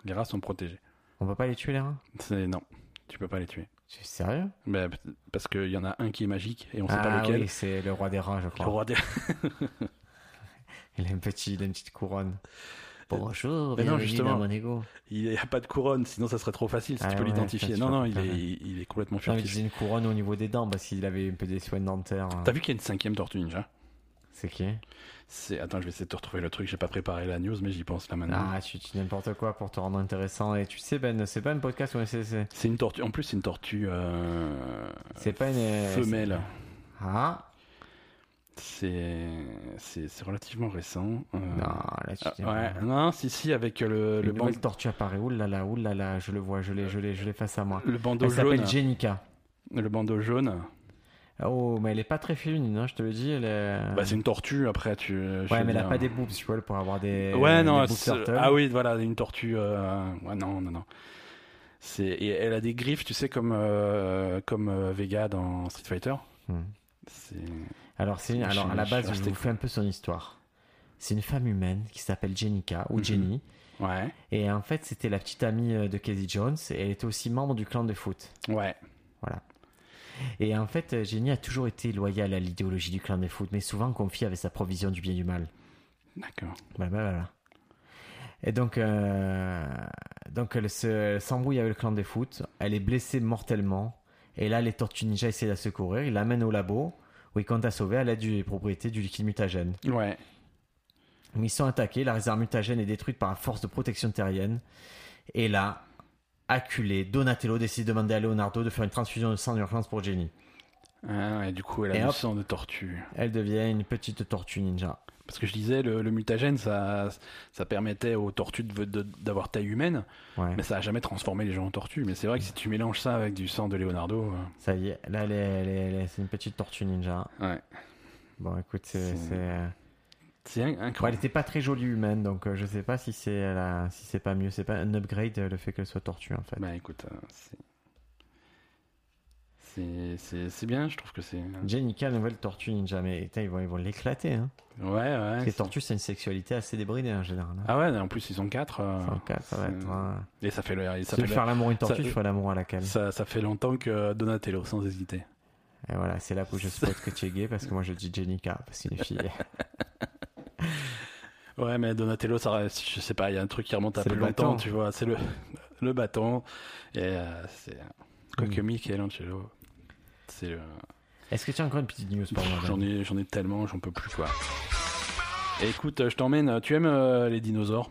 [SPEAKER 3] Les rats sont protégés.
[SPEAKER 1] On peut pas les tuer, les rats
[SPEAKER 3] C'est non, tu peux pas les tuer.
[SPEAKER 1] C'est sérieux
[SPEAKER 3] Mais, parce qu'il y en a un qui est magique et on sait
[SPEAKER 1] ah,
[SPEAKER 3] pas lequel.
[SPEAKER 1] oui, c'est le roi des rats, je
[SPEAKER 3] Le
[SPEAKER 1] crois.
[SPEAKER 3] roi des-
[SPEAKER 1] Il a, un petit, il a une petite couronne. Bonjour,
[SPEAKER 3] Mais non,
[SPEAKER 1] bienvenue
[SPEAKER 3] justement.
[SPEAKER 1] dans mon ego.
[SPEAKER 3] Il n'y a pas de couronne, sinon ça serait trop facile si
[SPEAKER 1] Ah
[SPEAKER 3] tu peux
[SPEAKER 1] ouais,
[SPEAKER 3] l'identifier.
[SPEAKER 1] ça, tu
[SPEAKER 3] Non,
[SPEAKER 1] vois,
[SPEAKER 3] non, il
[SPEAKER 1] putain,
[SPEAKER 3] est,
[SPEAKER 1] ouais.
[SPEAKER 3] il est complètement
[SPEAKER 1] Non, Ah, mais
[SPEAKER 3] furtif.
[SPEAKER 1] j'ai une couronne au niveau des dents parce qu'il avait un peu des soins dentaires. hein.
[SPEAKER 3] T'as vu qu'il y a une cinquième tortue ninja
[SPEAKER 1] C'est qui
[SPEAKER 3] C'est- Attends, je vais essayer de te retrouver le truc. J'ai pas préparé la news, mais j'y pense là maintenant.
[SPEAKER 1] Ah, tu dis n'importe quoi pour te rendre intéressant. Et tu sais, Ben, c'est pas un podcast où c'est. C'est
[SPEAKER 3] C'est une tortue. En plus, c'est une tortue euh,
[SPEAKER 1] c'est pas une.
[SPEAKER 3] femelle.
[SPEAKER 1] Ah
[SPEAKER 3] C'est c'est c'est relativement récent. Euh,
[SPEAKER 1] Non, là, tu
[SPEAKER 3] ah,
[SPEAKER 1] dis.
[SPEAKER 3] ouais, non, si, si, avec Euh, le,
[SPEAKER 1] Le
[SPEAKER 3] le, ban-
[SPEAKER 1] nouvelle tortue apparaît. Ouh là là, ouh là là, je le vois, je l'ai, je l'ai, je l'ai face à moi.
[SPEAKER 3] le bandeau
[SPEAKER 1] Elle
[SPEAKER 3] jaune.
[SPEAKER 1] s'appelle Jenica.
[SPEAKER 3] Le bandeau jaune.
[SPEAKER 1] Oh, mais elle est pas très féminine, hein, je te le dis. Elle est...
[SPEAKER 3] Bah, c'est une tortue, après, tu. je
[SPEAKER 1] ouais,
[SPEAKER 3] veux
[SPEAKER 1] mais elle a
[SPEAKER 3] dire. hein.
[SPEAKER 1] pas des boobs, tu vois, pour avoir des.
[SPEAKER 3] Ouais,
[SPEAKER 1] des
[SPEAKER 3] non,
[SPEAKER 1] boob
[SPEAKER 3] c'est-
[SPEAKER 1] turtles.
[SPEAKER 3] ah oui, voilà, une tortue. euh, Ouais, non, non, non. C'est et elle a des griffes, tu sais, comme euh, comme euh, Vega dans Street Fighter.
[SPEAKER 1] Hmm.
[SPEAKER 3] C'est
[SPEAKER 1] Alors, c'est,
[SPEAKER 3] Je-
[SPEAKER 1] alors à la
[SPEAKER 3] je-
[SPEAKER 1] base,
[SPEAKER 3] je-
[SPEAKER 1] je vous fais un peu son histoire. C'est une femme humaine qui s'appelle Jenica, ou
[SPEAKER 3] Mhm.
[SPEAKER 1] Jenny.
[SPEAKER 3] ouais,
[SPEAKER 1] Et en fait, c'était la petite amie euh, de Casey Jones. Et elle était aussi membre du clan de foot.
[SPEAKER 3] ouais.
[SPEAKER 1] Et en fait, euh, Jenny a toujours été loyale à l'idéologie du clan de foot, mais souvent confiée avec sa provision du bien et du mal.
[SPEAKER 3] D'accord.
[SPEAKER 1] Blablabla. bah, Et donc, euh, donc elle se- elle s'embrouille avec le clan des foot. Elle est blessée mortellement. Et là, les Tortues Ninja essaient de la secourir. Ils l'amènent au labo où ils comptent la sauver à l'aide des propriétés du liquide mutagène.
[SPEAKER 3] Ouais.
[SPEAKER 1] Mais ils sont attaqués. La réserve mutagène est détruite par la force de protection terrienne. Et là, acculé, Donatello décide de demander à Leonardo de faire une transfusion de sang d'urgence pour Jenny.
[SPEAKER 3] Ah, et du coup, elle
[SPEAKER 1] Et
[SPEAKER 3] a du
[SPEAKER 1] hop.
[SPEAKER 3] sang de tortue.
[SPEAKER 1] Elle devient une petite tortue ninja.
[SPEAKER 3] Parce que je disais, le, le mutagène, ça ça permettait aux tortues de- de- d'avoir taille humaine,
[SPEAKER 1] Ouais.
[SPEAKER 3] mais ça a jamais transformé les gens en tortues. Mais c'est vrai que si tu mélanges ça avec du sang de Leonardo,
[SPEAKER 1] Ça y est, là, elle est- elle est- elle est- c'est une petite tortue ninja.
[SPEAKER 3] euh, ouais,
[SPEAKER 1] Bon, écoute, c'est-
[SPEAKER 3] C'est-
[SPEAKER 1] c'est.
[SPEAKER 3] c'est in-
[SPEAKER 1] Bon, elle
[SPEAKER 3] incroyable.
[SPEAKER 1] était pas très jolie humaine, donc euh, je sais pas si c'est la... si c'est pas mieux, c'est pas un upgrade euh, le fait qu'elle soit tortue en fait.
[SPEAKER 3] Bah écoute, euh, c'est- c'est c'est c'est bien, je trouve que c'est
[SPEAKER 1] Jenica, nouvelle tortue ninja, mais putain, ils vont ils vont l'éclater. Hein.
[SPEAKER 3] ouais ouais.
[SPEAKER 1] Parce que les
[SPEAKER 3] c'est-
[SPEAKER 1] tortues, c'est une sexualité assez débridée en général. Hein.
[SPEAKER 3] Ah ouais, en plus ils ont quatre. euh,
[SPEAKER 1] Sans cas, ça va
[SPEAKER 3] c'est-
[SPEAKER 1] être. hein.
[SPEAKER 3] Et ça fait le, et ça
[SPEAKER 1] Si tu
[SPEAKER 3] fait
[SPEAKER 1] veux
[SPEAKER 3] le-
[SPEAKER 1] faire l'amour à une tortue,
[SPEAKER 3] ça-
[SPEAKER 1] il faut l'amour à la cale.
[SPEAKER 3] ça, ça fait longtemps que Donatello, sans hésiter.
[SPEAKER 1] Et voilà, c'est là où je suppose que tu es gay parce que moi je dis Jenica parce qu'une fille.
[SPEAKER 3] Ouais, mais Donatello, ça, reste- je sais pas, il y a un truc qui remonte à
[SPEAKER 1] C'est
[SPEAKER 3] plus
[SPEAKER 1] le bâton.
[SPEAKER 3] longtemps, tu vois. C'est le le bâton et euh, c'est quoique
[SPEAKER 1] Mm.
[SPEAKER 3] Michelangelo. C'est le-
[SPEAKER 1] Est-ce que tu as encore une petite news pour moi
[SPEAKER 3] j'en ai j'en ai tellement, j'en peux plus quoi. Et écoute, je t'emmène. Tu aimes euh, les dinosaures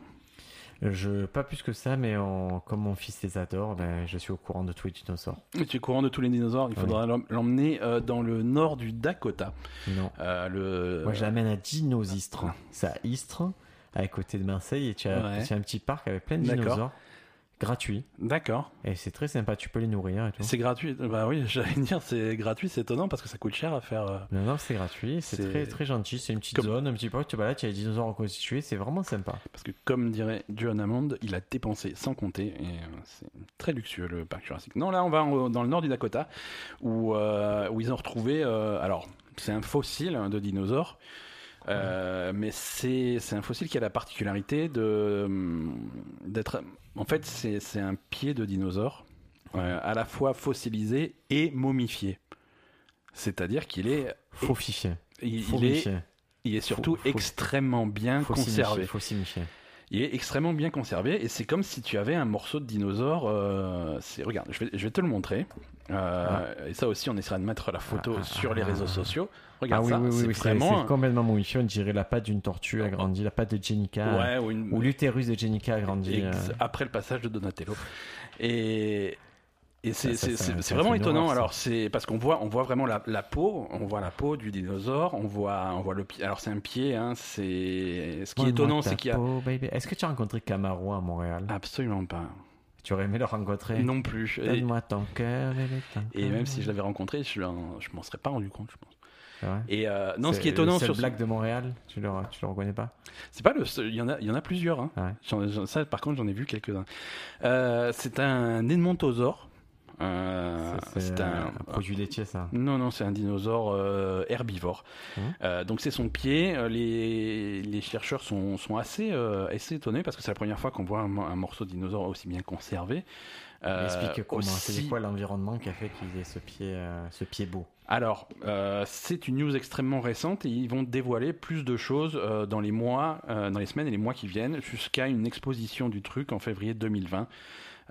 [SPEAKER 1] Ben Je pas plus que ça, mais en- comme mon fils les adore, ben, je suis au courant de tous les dinosaures.
[SPEAKER 3] Tu es courant de tous les dinosaures. Il
[SPEAKER 1] Ouais.
[SPEAKER 3] faudra l'em- l'emmener euh, dans le nord du Dakota.
[SPEAKER 1] Non.
[SPEAKER 3] Euh, le
[SPEAKER 1] Moi, je l'amène à Dinosistre. C'est à Istres, à côté de Marseille, et tu as,
[SPEAKER 3] Ouais.
[SPEAKER 1] tu as un petit parc avec plein de
[SPEAKER 3] D'accord.
[SPEAKER 1] dinosaures, gratuit.
[SPEAKER 3] D'accord.
[SPEAKER 1] Et c'est très sympa, tu peux les nourrir et tout.
[SPEAKER 3] C'est gratuit. Bah oui, j'allais dire c'est gratuit, c'est étonnant parce que ça coûte cher à faire. euh,
[SPEAKER 1] Non, non, c'est gratuit, c'est
[SPEAKER 3] C'est-
[SPEAKER 1] très, très gentil. C'est une petite
[SPEAKER 3] Comme-
[SPEAKER 1] zone, un petit parc, tu te balades, tu as des dinosaures reconstitués, c'est vraiment sympa.
[SPEAKER 3] Parce que comme dirait John Hammond, il a dépensé sans compter et euh, c'est très luxueux le parc Jurassic. Non, là on va en- dans le nord du Dakota où, euh, où ils ont retrouvé. euh, alors c'est un fossile hein, de dinosaure. euh, mais c'est c'est un fossile qui a la particularité de hum, d'être en fait c'est c'est un pied de dinosaure euh, à la fois fossilisé et momifié c'est-à-dire qu'il est
[SPEAKER 1] Faut fifier.
[SPEAKER 3] il,
[SPEAKER 1] Faut
[SPEAKER 3] il est
[SPEAKER 1] mifier.
[SPEAKER 3] il est surtout
[SPEAKER 1] Faut- faut-
[SPEAKER 3] extrêmement bien
[SPEAKER 1] Faut
[SPEAKER 3] conservé
[SPEAKER 1] signifier, Faut signifier.
[SPEAKER 3] il est extrêmement bien conservé et c'est comme si tu avais un morceau de dinosaure. euh, c'est- regarde, je vais, je vais te le montrer. Euh, Et ça aussi, on essaiera de mettre la photo
[SPEAKER 1] Ah, ah,
[SPEAKER 3] sur les
[SPEAKER 1] ah,
[SPEAKER 3] réseaux
[SPEAKER 1] ah.
[SPEAKER 3] sociaux.
[SPEAKER 1] Ah
[SPEAKER 3] Regarde
[SPEAKER 1] oui,
[SPEAKER 3] ça,
[SPEAKER 1] oui, oui,
[SPEAKER 3] c'est
[SPEAKER 1] oui, c'est
[SPEAKER 3] vraiment. Oh.
[SPEAKER 1] c'est complètement modifié. On dirait la patte d'une tortue agrandie, la patte de Jenica,
[SPEAKER 3] ouais, ou une-
[SPEAKER 1] ou l'utérus de Jenica agrandi.
[SPEAKER 3] ex-
[SPEAKER 1] euh.
[SPEAKER 3] après le passage de Donatello. Et, Et
[SPEAKER 1] Ça,
[SPEAKER 3] c'est
[SPEAKER 1] ça,
[SPEAKER 3] c'est-
[SPEAKER 1] ça,
[SPEAKER 3] c'est-
[SPEAKER 1] ça,
[SPEAKER 3] c'est
[SPEAKER 1] ça
[SPEAKER 3] vraiment
[SPEAKER 1] fait une
[SPEAKER 3] étonnant.
[SPEAKER 1] horreur, ça.
[SPEAKER 3] Alors c'est parce qu'on voit on voit vraiment la, la peau, on voit la peau du dinosaure, on voit on voit le pied. Alors c'est un pied. Hein, c'est ce qui est
[SPEAKER 1] Moi,
[SPEAKER 3] étonnant,
[SPEAKER 1] moi, ta
[SPEAKER 3] c'est qu'il y a
[SPEAKER 1] peau, baby. Est-ce que tu as rencontré Camaro à Montréal
[SPEAKER 3] absolument pas.
[SPEAKER 1] Tu aurais aimé le rencontrer
[SPEAKER 3] Non plus. Et,
[SPEAKER 1] Donne-moi ton cœur et le temps.
[SPEAKER 3] et même
[SPEAKER 1] Euh.
[SPEAKER 3] si je l'avais rencontré, je l'en- je m'en serais pas rendu compte, je pense.
[SPEAKER 1] C'est vrai
[SPEAKER 3] Et euh, non, ce
[SPEAKER 1] C'est
[SPEAKER 3] qui est étonnant
[SPEAKER 1] le seul
[SPEAKER 3] sur ce-
[SPEAKER 1] blague de Montréal, tu le, tu le reconnais pas
[SPEAKER 3] c'est pas le seul- il y en a il y en a plusieurs. Hein.
[SPEAKER 1] Ouais.
[SPEAKER 3] J'en- j'en- ça par contre j'en ai vu quelques uns. Euh, c'est un Edmontosaure. Euh,
[SPEAKER 1] Ça, C'est un, produit laitier, ça.
[SPEAKER 3] Non, non, c'est un dinosaure euh, herbivore.
[SPEAKER 1] Mhm.
[SPEAKER 3] Euh, donc c'est son pied. Euh, Les, les chercheurs sont, sont assez, euh, assez étonnés parce que c'est la première fois qu'on voit un, mo- un morceau de dinosaure aussi bien conservé. Euh,
[SPEAKER 1] Explique comment, c'est
[SPEAKER 3] aussi-
[SPEAKER 1] quoi l'environnement qui a fait qu'il ait ce pied, euh, ce pied beau
[SPEAKER 3] Alors, euh, c'est une news extrêmement récente et ils vont dévoiler plus de choses euh, dans les mois, euh, dans les semaines et les mois qui viennent, jusqu'à une exposition du truc en février 2020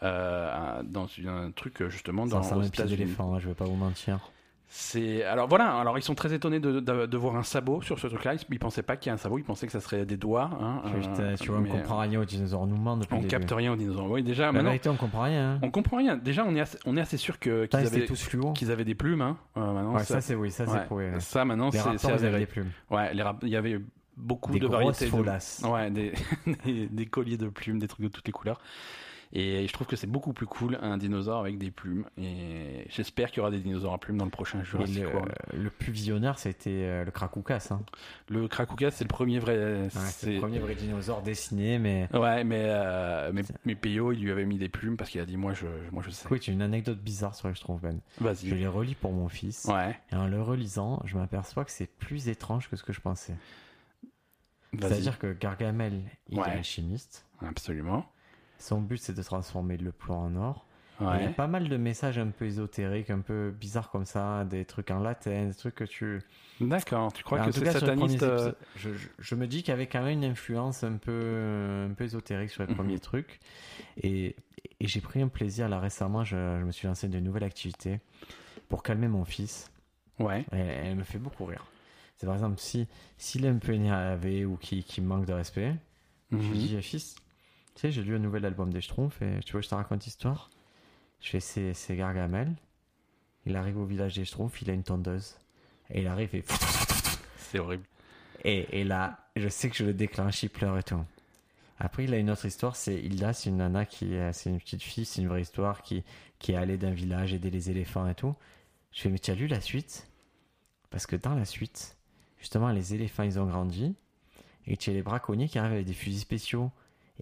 [SPEAKER 3] euh, à- dans une- un truc euh, justement dans
[SPEAKER 1] Ça ressemble
[SPEAKER 3] aux
[SPEAKER 1] à un pied
[SPEAKER 3] États-Unis.
[SPEAKER 1] d'éléphant, hein, je vais pas vous mentir.
[SPEAKER 3] C'est alors voilà, alors ils sont très étonnés de, de- de voir un sabot sur ce truc-là. Ils, ils pensaient pas qu'il y a un sabot, ils pensaient que ça serait des doigts. hein, euh,
[SPEAKER 1] Putain, tu vois, on
[SPEAKER 3] mais
[SPEAKER 1] comprend rien aux dinosaures, on nous ment depuis
[SPEAKER 3] on
[SPEAKER 1] le début. Bah
[SPEAKER 3] capte rien aux dinosaures. Oui, déjà,
[SPEAKER 1] La
[SPEAKER 3] maintenant,
[SPEAKER 1] vérité, on comprend rien. hein.
[SPEAKER 3] on comprend rien. Déjà, on est assez, on est assez sûr que qu'ils
[SPEAKER 1] Putain, Ils
[SPEAKER 3] avaient,
[SPEAKER 1] étaient tous fluo.
[SPEAKER 3] qu'ils avaient des plumes. Hein. Euh, maintenant,
[SPEAKER 1] Ouais, ça, c'est oui, ça, c'est
[SPEAKER 3] ouais.
[SPEAKER 1] prouvé. ouais.
[SPEAKER 3] Ça, maintenant,
[SPEAKER 1] Les
[SPEAKER 3] c'est c'est
[SPEAKER 1] raptors, ils avaient des
[SPEAKER 3] avéré.
[SPEAKER 1] plumes.
[SPEAKER 3] Ouais, les rap- il y avait beaucoup
[SPEAKER 1] Des
[SPEAKER 3] de
[SPEAKER 1] grosses
[SPEAKER 3] variétés. de-
[SPEAKER 1] faulasses.
[SPEAKER 3] Ouais, des, des, des colliers de plumes, des trucs de toutes les couleurs. Et je trouve que c'est beaucoup plus cool un dinosaure avec des plumes. Et j'espère qu'il y aura des dinosaures à plumes dans le prochain
[SPEAKER 1] Et
[SPEAKER 3] Jurassic
[SPEAKER 1] le,
[SPEAKER 3] World.
[SPEAKER 1] le plus visionnaire, c'était euh, le Krakoukas. hein.
[SPEAKER 3] Le Krakoukas, c'est le premier vrai.
[SPEAKER 1] Ouais, c'est
[SPEAKER 3] c'est-
[SPEAKER 1] le premier vrai dinosaure dessiné, mais
[SPEAKER 3] Ouais, mais, euh, mais, mais Peyo, il lui avait mis des plumes parce qu'il a dit Moi, je, moi, je sais.
[SPEAKER 1] écoute, une anecdote bizarre sur elle, je trouve, Ben. Je
[SPEAKER 3] Vas-y.
[SPEAKER 1] les relis pour mon fils,
[SPEAKER 3] Ouais,
[SPEAKER 1] et en le relisant, je m'aperçois que c'est plus étrange que ce que je pensais.
[SPEAKER 3] vas-y.
[SPEAKER 1] C'est-à-dire que Gargamel, il
[SPEAKER 3] Ouais.
[SPEAKER 1] est alchimiste.
[SPEAKER 3] Absolument.
[SPEAKER 1] Son but, c'est de transformer le plomb en or. Et Il y a
[SPEAKER 3] Ouais.
[SPEAKER 1] pas mal de messages un peu ésotériques, un peu bizarres comme ça, des trucs en latin, des trucs que tu.
[SPEAKER 3] D'accord, tu crois
[SPEAKER 1] Alors,
[SPEAKER 3] que
[SPEAKER 1] Bah, en tout
[SPEAKER 3] c'est
[SPEAKER 1] cas, sur les
[SPEAKER 3] sataniste
[SPEAKER 1] premiers
[SPEAKER 3] euh,
[SPEAKER 1] épisodes, je, je- je me dis qu'il y avait quand même une influence un peu, euh, un peu ésotérique sur les
[SPEAKER 3] Mhm.
[SPEAKER 1] premiers trucs. Et, et j'ai pris un plaisir là récemment, je, je me suis lancé d'une nouvelle activité pour calmer mon fils.
[SPEAKER 3] Ouais.
[SPEAKER 1] Elle, elle me fait beaucoup rire. C'est par exemple, si s'il est un peu énervé ou qu'il qu'il me manque de respect, je lui
[SPEAKER 3] Mhm.
[SPEAKER 1] dis, Eh, fils, tu sais, j'ai lu un nouvel album des Schtroumpfs et tu vois, je te raconte l'histoire. Je fais, c'est c'est Gargamel. Il arrive au village des Schtroumpfs, il a une tondeuse. Et il arrive et.
[SPEAKER 3] C'est horrible.
[SPEAKER 1] Et, et là, je sais que je le déclenche, il pleure et tout. Après, il a une autre histoire, c'est Hilda, c'est une nana qui, euh, c'est une petite fille, c'est une vraie histoire qui, qui est allée d'un village aider les éléphants et tout. Je fais, mais tu as lu la suite Parce que dans la suite, justement, les éléphants, ils ont grandi et tu as les braconniers qui arrivent avec des fusils spéciaux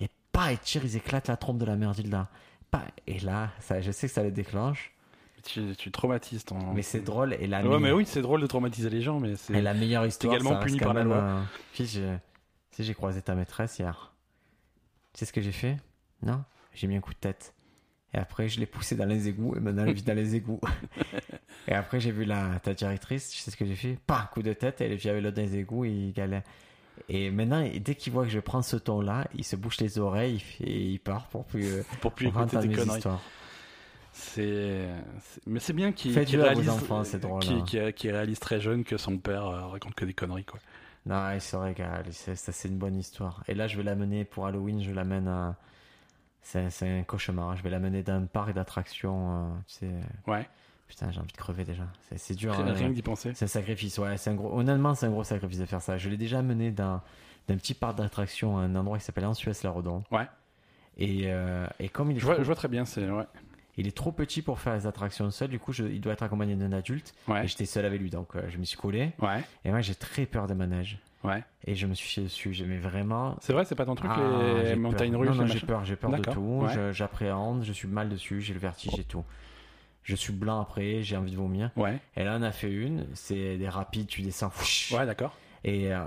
[SPEAKER 1] et pas, ils tirent, ils éclatent la trompe de la mère d'Hilda. Pas, et là, ça, je sais que ça le déclenche,
[SPEAKER 3] Tu, tu traumatises ton.
[SPEAKER 1] Ah, mais c'est drôle. Et la
[SPEAKER 3] ouais, mais
[SPEAKER 1] meilleure-
[SPEAKER 3] oui, c'est drôle de traumatiser les gens, mais
[SPEAKER 1] et
[SPEAKER 3] c'est.
[SPEAKER 1] la meilleure histoire,
[SPEAKER 3] également
[SPEAKER 1] ça reste
[SPEAKER 3] puni
[SPEAKER 1] quand
[SPEAKER 3] par la
[SPEAKER 1] même,
[SPEAKER 3] loi.
[SPEAKER 1] euh, Fils, j'ai- tu sais, j'ai croisé ta maîtresse hier. Tu sais ce que j'ai fait Non J'ai mis un coup de tête. Et après, je l'ai poussée dans les égouts et maintenant elle vit dans les égouts. et après, j'ai vu la, ta directrice, tu sais ce que j'ai fait Pas coup de tête, elle est avec l'autre dans les égouts et il galère. Et maintenant, dès qu'il voit que je prends ce ton-là, il se bouche les oreilles et il part pour plus, euh,
[SPEAKER 3] Pour plus
[SPEAKER 1] entendre
[SPEAKER 3] écouter tes
[SPEAKER 1] mes
[SPEAKER 3] conneries.
[SPEAKER 1] histoires.
[SPEAKER 3] C'est. c'est- Mais c'est bien qu'il
[SPEAKER 1] Faites-le
[SPEAKER 3] qu'il
[SPEAKER 1] à vos
[SPEAKER 3] réalise. euh,
[SPEAKER 1] enfants, c'est drôle,
[SPEAKER 3] qu'il-
[SPEAKER 1] hein.
[SPEAKER 3] qu'il- qu'il réalise très jeune que son père euh, raconte que des conneries, quoi.
[SPEAKER 1] Non, il se régale, il se- ça euh, c'est une bonne histoire. Et là, je vais l'amener pour Halloween, je l'amène à. C'est c'est un cauchemar, hein. je vais l'amener dans un parc d'attractions. euh, tu sais.
[SPEAKER 3] Ouais.
[SPEAKER 1] Putain, j'ai envie de crever déjà. C'est- C'est dur. hein.
[SPEAKER 3] Rien que d'y penser.
[SPEAKER 1] C'est un sacrifice, ouais. c'est Un gros... Honnêtement, c'est un gros sacrifice de faire ça. Je l'ai déjà amené dans, dans un petit parc d'attractions, à un endroit qui s'appelle Ansuès la Redon.
[SPEAKER 3] Ouais.
[SPEAKER 1] Et, euh, et comme il est,
[SPEAKER 3] Je vois,
[SPEAKER 1] trop...
[SPEAKER 3] je vois très bien, c'est. Ouais.
[SPEAKER 1] il est trop petit pour faire les attractions seul, du coup, je- il doit être accompagné d'un adulte.
[SPEAKER 3] Ouais.
[SPEAKER 1] Et j'étais seul avec lui, donc euh, je me suis collé.
[SPEAKER 3] Ouais.
[SPEAKER 1] Et moi, j'ai très peur des manèges.
[SPEAKER 3] Ouais.
[SPEAKER 1] Et je me suis fait dessus, j'ai- mais vraiment,
[SPEAKER 3] C'est vrai, c'est pas ton truc,
[SPEAKER 1] Ah, j'ai
[SPEAKER 3] les montagnes
[SPEAKER 1] peur.
[SPEAKER 3] russes,
[SPEAKER 1] Non, non,
[SPEAKER 3] les
[SPEAKER 1] j'ai
[SPEAKER 3] machins
[SPEAKER 1] peur, j'ai peur de
[SPEAKER 3] D'accord,
[SPEAKER 1] tout.
[SPEAKER 3] ouais.
[SPEAKER 1] je- J'appréhende, je suis mal dessus, j'ai le vertige et tout. Je suis blanc après, j'ai envie de vomir.
[SPEAKER 3] Ouais,
[SPEAKER 1] Et là, on a fait une, c'est des rapides, tu descends. fouch.
[SPEAKER 3] ouais, d'accord.
[SPEAKER 1] Et, euh,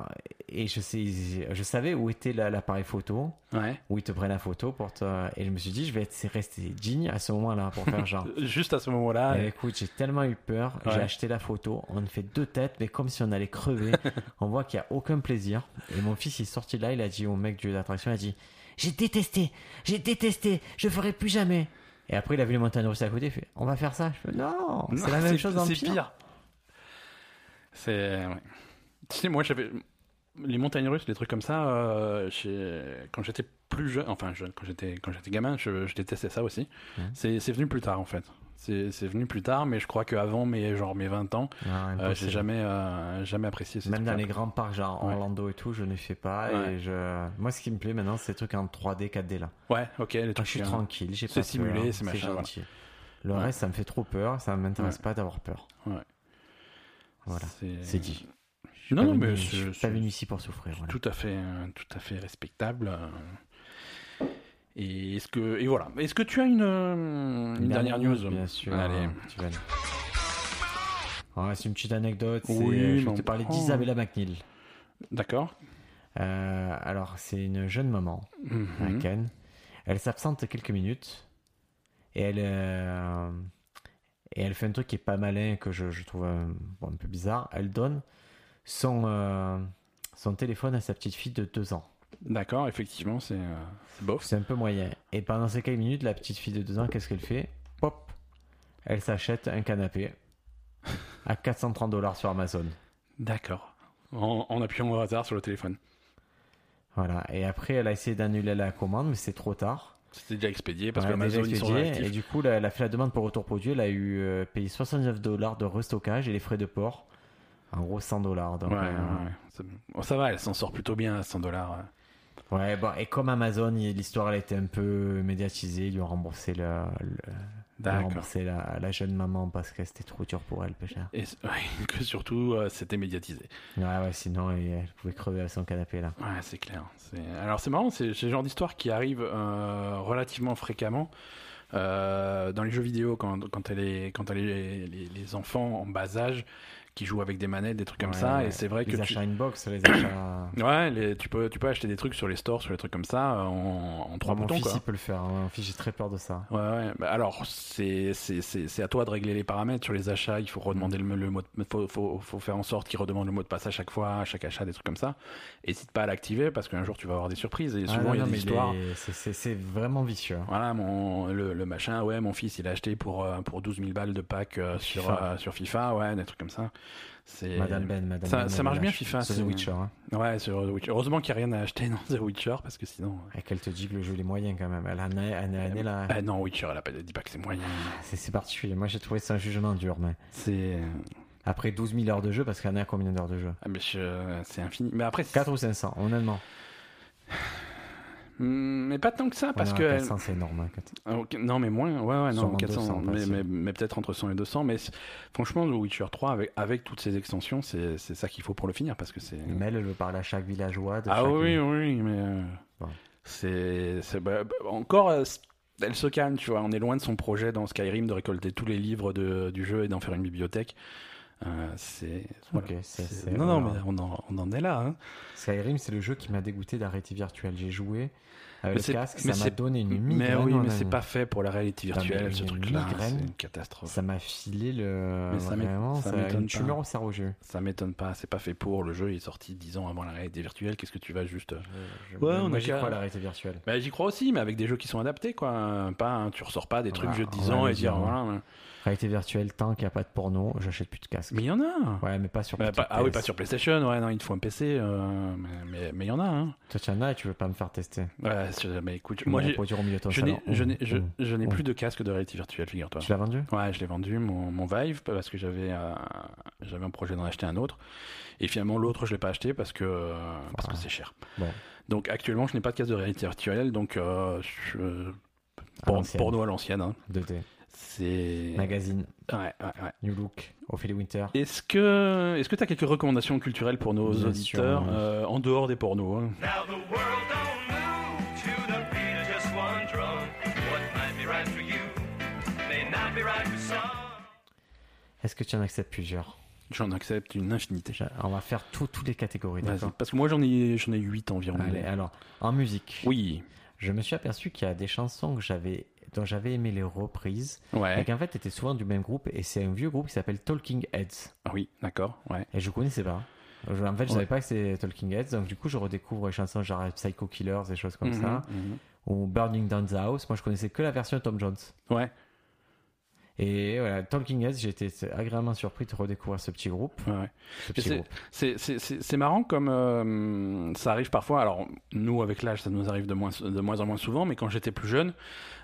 [SPEAKER 1] et je, sais, je savais où était la- l'appareil photo,
[SPEAKER 3] Ouais.
[SPEAKER 1] où ils te prennent la photo pour te- Et je me suis dit, je vais être, rester digne à ce moment-là pour faire genre.
[SPEAKER 3] Juste à ce moment-là.
[SPEAKER 1] Ah. Eh, écoute, j'ai tellement eu peur,
[SPEAKER 3] Ah Ouais.
[SPEAKER 1] j'ai acheté la photo, on fait deux têtes, mais comme si on allait crever. on voit qu'il n'y a aucun plaisir. Et mon fils, il est sorti de là, il a dit au mec du l'attraction, il a dit J'ai détesté, j'ai détesté, je ferai plus jamais. Et après, il a vu les montagnes russes à côté, il fait On va faire ça. Je fais Non,
[SPEAKER 3] Non,
[SPEAKER 1] c'est la même chose en
[SPEAKER 3] C'est
[SPEAKER 1] pire.
[SPEAKER 3] pire. C'est. ouais. Tu sais, moi, j'avais. les montagnes russes, les trucs comme ça, euh, chez- quand j'étais plus jeune, enfin jeune, quand j'étais quand j'étais gamin, je, je détestais ça aussi.
[SPEAKER 1] Mhm.
[SPEAKER 3] C'est c'est venu plus tard en fait. C'est c'est venu plus tard, mais je crois qu'avant mes genre mes 20 ans,
[SPEAKER 1] Ah,
[SPEAKER 3] euh, j'ai
[SPEAKER 1] impossible.
[SPEAKER 3] jamais euh, jamais apprécié ces
[SPEAKER 1] Même dans
[SPEAKER 3] trucs-là.
[SPEAKER 1] les grands parcs, genre
[SPEAKER 3] Ouais.
[SPEAKER 1] Orlando et tout, je ne fais pas.
[SPEAKER 3] Ouais.
[SPEAKER 1] Et je... Moi, ce qui me plaît maintenant, c'est les trucs en 3D, 4D là.
[SPEAKER 3] Ouais, ok, les
[SPEAKER 1] Quand
[SPEAKER 3] trucs.
[SPEAKER 1] Ah, je suis
[SPEAKER 3] euh,
[SPEAKER 1] tranquille, j'ai pas
[SPEAKER 3] c'est
[SPEAKER 1] peur,
[SPEAKER 3] simulé, c'est machin, voilà.
[SPEAKER 1] gentil. Le
[SPEAKER 3] Ouais.
[SPEAKER 1] reste, ça me fait trop peur, ça m'intéresse
[SPEAKER 3] Ouais.
[SPEAKER 1] pas d'avoir peur.
[SPEAKER 3] Ouais.
[SPEAKER 1] Voilà.
[SPEAKER 3] c'est-
[SPEAKER 1] c'est dit. Je suis
[SPEAKER 3] Non,
[SPEAKER 1] pas
[SPEAKER 3] non,
[SPEAKER 1] venu-
[SPEAKER 3] mais
[SPEAKER 1] je
[SPEAKER 3] c'est-
[SPEAKER 1] suis pas
[SPEAKER 3] c'est-
[SPEAKER 1] venu ici pour souffrir. voilà.
[SPEAKER 3] tout à fait, euh, tout à fait respectable. euh. Et est-ce que et voilà. Est-ce que tu as une, euh, une dernière news
[SPEAKER 1] Bien sûr.
[SPEAKER 3] Allez.
[SPEAKER 1] Tu vas aller. Ouais, c'est une petite anecdote. c'est- euh,
[SPEAKER 3] Oui,
[SPEAKER 1] je
[SPEAKER 3] mais
[SPEAKER 1] vais te
[SPEAKER 3] on
[SPEAKER 1] parler
[SPEAKER 3] prend.
[SPEAKER 1] d'Isabella McNeil.
[SPEAKER 3] D'accord.
[SPEAKER 1] Euh, alors, c'est une jeune maman à
[SPEAKER 3] Mhm.
[SPEAKER 1] Cannes. Elle s'absente quelques minutes et elle, euh, et elle fait un truc qui est pas malin, que je, je trouve euh, bon, un peu bizarre. Elle donne son, euh, son téléphone à sa petite fille de 2 ans.
[SPEAKER 3] D'accord, effectivement, c'est euh, c'est bof.
[SPEAKER 1] C'est un peu moyen. Et pendant ces quelques minutes, la petite fille de 2 ans, qu'est-ce qu'elle fait Pop Elle s'achète un canapé à 430 dollars sur Amazon.
[SPEAKER 3] D'accord. En, en appuyant au hasard sur le téléphone.
[SPEAKER 1] Voilà. Et après, elle a essayé d'annuler la commande, mais c'est trop tard.
[SPEAKER 3] C'était déjà expédié parce
[SPEAKER 1] Ouais,
[SPEAKER 3] que
[SPEAKER 1] déjà
[SPEAKER 3] Amazon ils sont
[SPEAKER 1] expédié.
[SPEAKER 3] réactifs.
[SPEAKER 1] Et du coup, là, elle a fait la demande pour retour produit. Elle a eu euh, payé 69 dollars de restockage et les frais de port. En gros, 100 dollars. euh,
[SPEAKER 3] Ouais, ouais, ouais. Ça, bon, ça va, elle s'en sort plutôt bien à 100 dollars. euh.
[SPEAKER 1] Ouais, bon, et comme Amazon, il- l'histoire elle était un peu médiatisée, ils lui ont remboursé, le, le- ils lui ont
[SPEAKER 3] D'accord.
[SPEAKER 1] remboursé la, la jeune maman parce que c'était trop dur pour elle, péchère.
[SPEAKER 3] Et c- ouais, que surtout, euh, c'était médiatisé.
[SPEAKER 1] Ouais, ouais, sinon elle, elle pouvait crever à son canapé là.
[SPEAKER 3] Ouais, c'est clair. C'est- Alors, c'est marrant, c'est c'est le genre d'histoire qui arrive euh, relativement fréquemment euh, dans les jeux vidéo quand, quand elle est, quand elle est les, les enfants en bas âge qui jouent avec des manettes, des trucs comme
[SPEAKER 1] Ouais,
[SPEAKER 3] ça.
[SPEAKER 1] ouais.
[SPEAKER 3] Et c'est vrai
[SPEAKER 1] les
[SPEAKER 3] que. tu-
[SPEAKER 1] achats inbox, les achats.
[SPEAKER 3] Ouais, les- tu, peux, tu peux acheter des trucs sur les stores, sur les trucs comme ça, euh, en, en trois
[SPEAKER 1] Mon
[SPEAKER 3] boutons.
[SPEAKER 1] fils,
[SPEAKER 3] Quoi.
[SPEAKER 1] il peut le faire. hein. Mon fils, j'ai très peur de ça.
[SPEAKER 3] Ouais, ouais. Bah, alors, c'est c'est- c'est- c'est à toi de régler les paramètres sur les achats. Il faut redemander le, le mot de, faut, faut, faut faire en sorte qu'il redemande le mot de passe à chaque fois, à chaque achat, des trucs comme ça. Hésite pas à l'activer parce qu'un jour tu vas avoir des surprises. Et
[SPEAKER 1] Ah,
[SPEAKER 3] souvent,
[SPEAKER 1] non,
[SPEAKER 3] il y a
[SPEAKER 1] non,
[SPEAKER 3] des
[SPEAKER 1] mais
[SPEAKER 3] histoires.
[SPEAKER 1] les- c'est- C'est c'est vraiment vicieux. hein.
[SPEAKER 3] Voilà, mon, le, le machin, ouais, mon fils, il a acheté pour, euh, pour 12 000 balles de pack euh, sur,
[SPEAKER 1] FIFA.
[SPEAKER 3] euh, sur FIFA, ouais, des trucs comme ça. C'est-
[SPEAKER 1] Madame Ben, Madame
[SPEAKER 3] ça-
[SPEAKER 1] Ben,
[SPEAKER 3] ça
[SPEAKER 1] elle
[SPEAKER 3] marche bien,
[SPEAKER 1] lâche.
[SPEAKER 3] FIFA,
[SPEAKER 1] Sur The
[SPEAKER 3] c'est-
[SPEAKER 1] Witcher. hein.
[SPEAKER 3] Ouais, sur The Witcher. Heureusement qu'il n'y a rien à acheter dans The Witcher parce que sinon.
[SPEAKER 1] Et qu'elle te dit que le jeu il est moyen quand même. Elle en est, elle en est- elle est là.
[SPEAKER 3] Ah non, Witcher, elle a pas dit pas que c'est moyen.
[SPEAKER 1] Euh, bah, C'est c'est particulier. Moi, j'ai trouvé ça un jugement dur. Mais
[SPEAKER 3] C'est.
[SPEAKER 1] après 12 000 heures de jeu, parce qu'elle en a combien d'heures de jeu
[SPEAKER 3] Ah, mais je- c'est infini. Mais après, c'est-
[SPEAKER 1] 4 ou 500, honnêtement.
[SPEAKER 3] Hmm, Mais pas tant que ça, parce
[SPEAKER 1] Ouais,
[SPEAKER 3] que.
[SPEAKER 1] 400, c'est énorme. hein, quatre-
[SPEAKER 3] Ah, ok, Non, mais moins, ouais, ouais, non,
[SPEAKER 1] Sûrement
[SPEAKER 3] 400,
[SPEAKER 1] 200,
[SPEAKER 3] mais,
[SPEAKER 1] facile.
[SPEAKER 3] mais, mais peut-être entre 100 et 200. Mais c'est- franchement, The Witcher 3, avec, avec toutes ces extensions, c'est c'est ça qu'il faut pour le finir, parce que c'est.
[SPEAKER 1] Mais elle, elle veut parler à chaque villageois. De
[SPEAKER 3] Ah
[SPEAKER 1] chaque-
[SPEAKER 3] oui, oui, mais. euh,
[SPEAKER 1] Bon.
[SPEAKER 3] C'est. c'est- bah, bah, encore, euh, c'est- elle se calme, tu vois. On est loin de son projet dans Skyrim de récolter tous les livres de- du jeu et d'en faire une bibliothèque. Euh, c'est. voilà.
[SPEAKER 1] Ok, c'est-
[SPEAKER 3] C'est-
[SPEAKER 1] c'est-
[SPEAKER 3] Non, non, mais
[SPEAKER 1] voilà.
[SPEAKER 3] on en, on en est là. hein.
[SPEAKER 1] Skyrim, c'est le jeu qui m'a dégoûté de la réalité virtuelle. J'ai joué
[SPEAKER 3] Mais
[SPEAKER 1] avec
[SPEAKER 3] c'est-
[SPEAKER 1] le casque,
[SPEAKER 3] mais
[SPEAKER 1] ça m'a
[SPEAKER 3] c'est-
[SPEAKER 1] donné une
[SPEAKER 3] Mais
[SPEAKER 1] migraine.
[SPEAKER 3] oui,
[SPEAKER 1] mon
[SPEAKER 3] mais
[SPEAKER 1] ami.
[SPEAKER 3] c'est pas fait pour la réalité
[SPEAKER 1] mais
[SPEAKER 3] virtuelle, ce
[SPEAKER 1] une
[SPEAKER 3] truc-là.
[SPEAKER 1] migraine.
[SPEAKER 3] C'est une catastrophe.
[SPEAKER 1] Ça m'a filé le.
[SPEAKER 3] Mais ça m'é-
[SPEAKER 1] Vraiment,
[SPEAKER 3] ça
[SPEAKER 1] ça a
[SPEAKER 3] m'étonne
[SPEAKER 1] une
[SPEAKER 3] pas.
[SPEAKER 1] tumeur au cerveau, j'ai eu.
[SPEAKER 3] Ça m'étonne pas, c'est pas fait pour. Le jeu est sorti 10 ans avant la réalité virtuelle. Qu'est-ce que tu vas juste. euh,
[SPEAKER 1] Je-
[SPEAKER 3] Ouais, on
[SPEAKER 1] moi,
[SPEAKER 3] a
[SPEAKER 1] j'y
[SPEAKER 3] qu'à-
[SPEAKER 1] crois à la réalité virtuelle.
[SPEAKER 3] Bah, j'y crois aussi, mais avec des jeux qui sont adaptés, quoi. Pas, hein, tu ressors pas des trucs
[SPEAKER 1] Voilà,
[SPEAKER 3] vieux de 10
[SPEAKER 1] on
[SPEAKER 3] ans
[SPEAKER 1] va
[SPEAKER 3] et
[SPEAKER 1] le
[SPEAKER 3] dire,
[SPEAKER 1] dire,
[SPEAKER 3] voilà. ouais.
[SPEAKER 1] Réalité virtuelle, tant qu'il n'y a pas de porno, j'achète plus de casque.
[SPEAKER 3] Mais il y en a
[SPEAKER 1] Ouais, mais pas sur
[SPEAKER 3] Bah,
[SPEAKER 1] Petit
[SPEAKER 3] pas- Ah oui,
[SPEAKER 1] PS.
[SPEAKER 3] pas sur PlayStation, ouais, non, il te faut un PC, euh, mais il mais, mais il y en a, hein.
[SPEAKER 1] Toi, tu en as et tu veux pas me faire tester.
[SPEAKER 3] Ouais, c'est- mais écoute,
[SPEAKER 1] Tu
[SPEAKER 3] moi,
[SPEAKER 1] me
[SPEAKER 3] j'ai-
[SPEAKER 1] reproduis au milieu de ton
[SPEAKER 3] je n'ai-
[SPEAKER 1] salon.
[SPEAKER 3] je n'ai je-
[SPEAKER 1] Mmh.
[SPEAKER 3] je n'ai
[SPEAKER 1] Mmh.
[SPEAKER 3] plus de casque de réalité virtuelle, figure-toi.
[SPEAKER 1] Tu l'as vendu
[SPEAKER 3] Ouais, je l'ai vendu, mon, mon Vive, parce que j'avais euh, j'avais un projet d'en acheter un autre. Et finalement, l'autre, je l'ai pas acheté parce que euh, parce que
[SPEAKER 1] Ouais.
[SPEAKER 3] c'est cher.
[SPEAKER 1] Ah. Bon.
[SPEAKER 3] Donc actuellement, je n'ai pas de casque de réalité virtuelle, donc euh, je- pour,
[SPEAKER 1] l'ancienne.
[SPEAKER 3] pour nous à l'ancienne, hein.
[SPEAKER 1] 2D.
[SPEAKER 3] c'est.
[SPEAKER 1] Magazine,
[SPEAKER 3] Ouais, ouais, ouais.
[SPEAKER 1] New Look, Ophélie Winter.
[SPEAKER 3] Est-ce que est-ce que t'as quelques recommandations culturelles pour nos
[SPEAKER 1] Bien sûr,
[SPEAKER 3] auditeurs
[SPEAKER 1] oui.
[SPEAKER 3] euh, en dehors des pornos hein
[SPEAKER 2] Now the world don't move to the beat of just one drum. What might be right for you may not be right for some.
[SPEAKER 1] Est-ce que tu en acceptes plusieurs
[SPEAKER 3] J'en accepte une infinité.
[SPEAKER 1] Déjà, On va faire tout- toutes les catégories,
[SPEAKER 3] Vas-y.
[SPEAKER 1] d'accord
[SPEAKER 3] Parce que moi, j'en ai j'en ai huit environ.
[SPEAKER 1] Allez, alors, en musique,
[SPEAKER 3] Oui.
[SPEAKER 1] je me suis aperçu qu'il y a des chansons que j'avais dont j'avais aimé les reprises et
[SPEAKER 3] Ouais.
[SPEAKER 1] qu'en fait étaient souvent du même groupe et c'est un vieux groupe qui s'appelle Talking Heads
[SPEAKER 3] Ah oui. D'accord. Ouais.
[SPEAKER 1] et je connaissais pas Je- en fait je
[SPEAKER 3] Ouais.
[SPEAKER 1] savais pas que c'était Talking Heads donc du coup je redécouvre les chansons genre Psycho Killers des choses comme ça
[SPEAKER 3] Mhm, mhm.
[SPEAKER 1] ou Burning Down the House moi je connaissais que la version de Tom Jones
[SPEAKER 3] Ouais.
[SPEAKER 1] Et voilà, Talking Heads, j'ai été agréablement surpris de redécouvrir ce petit groupe.
[SPEAKER 3] Ouais, ouais.
[SPEAKER 1] Ce
[SPEAKER 3] Mais
[SPEAKER 1] petit
[SPEAKER 3] c'est-
[SPEAKER 1] groupe.
[SPEAKER 3] C'est- C'est c'est- c'est marrant comme euh, ça arrive parfois. Alors, nous, avec l'âge, ça nous arrive de moins, de moins en moins souvent, mais quand j'étais plus jeune,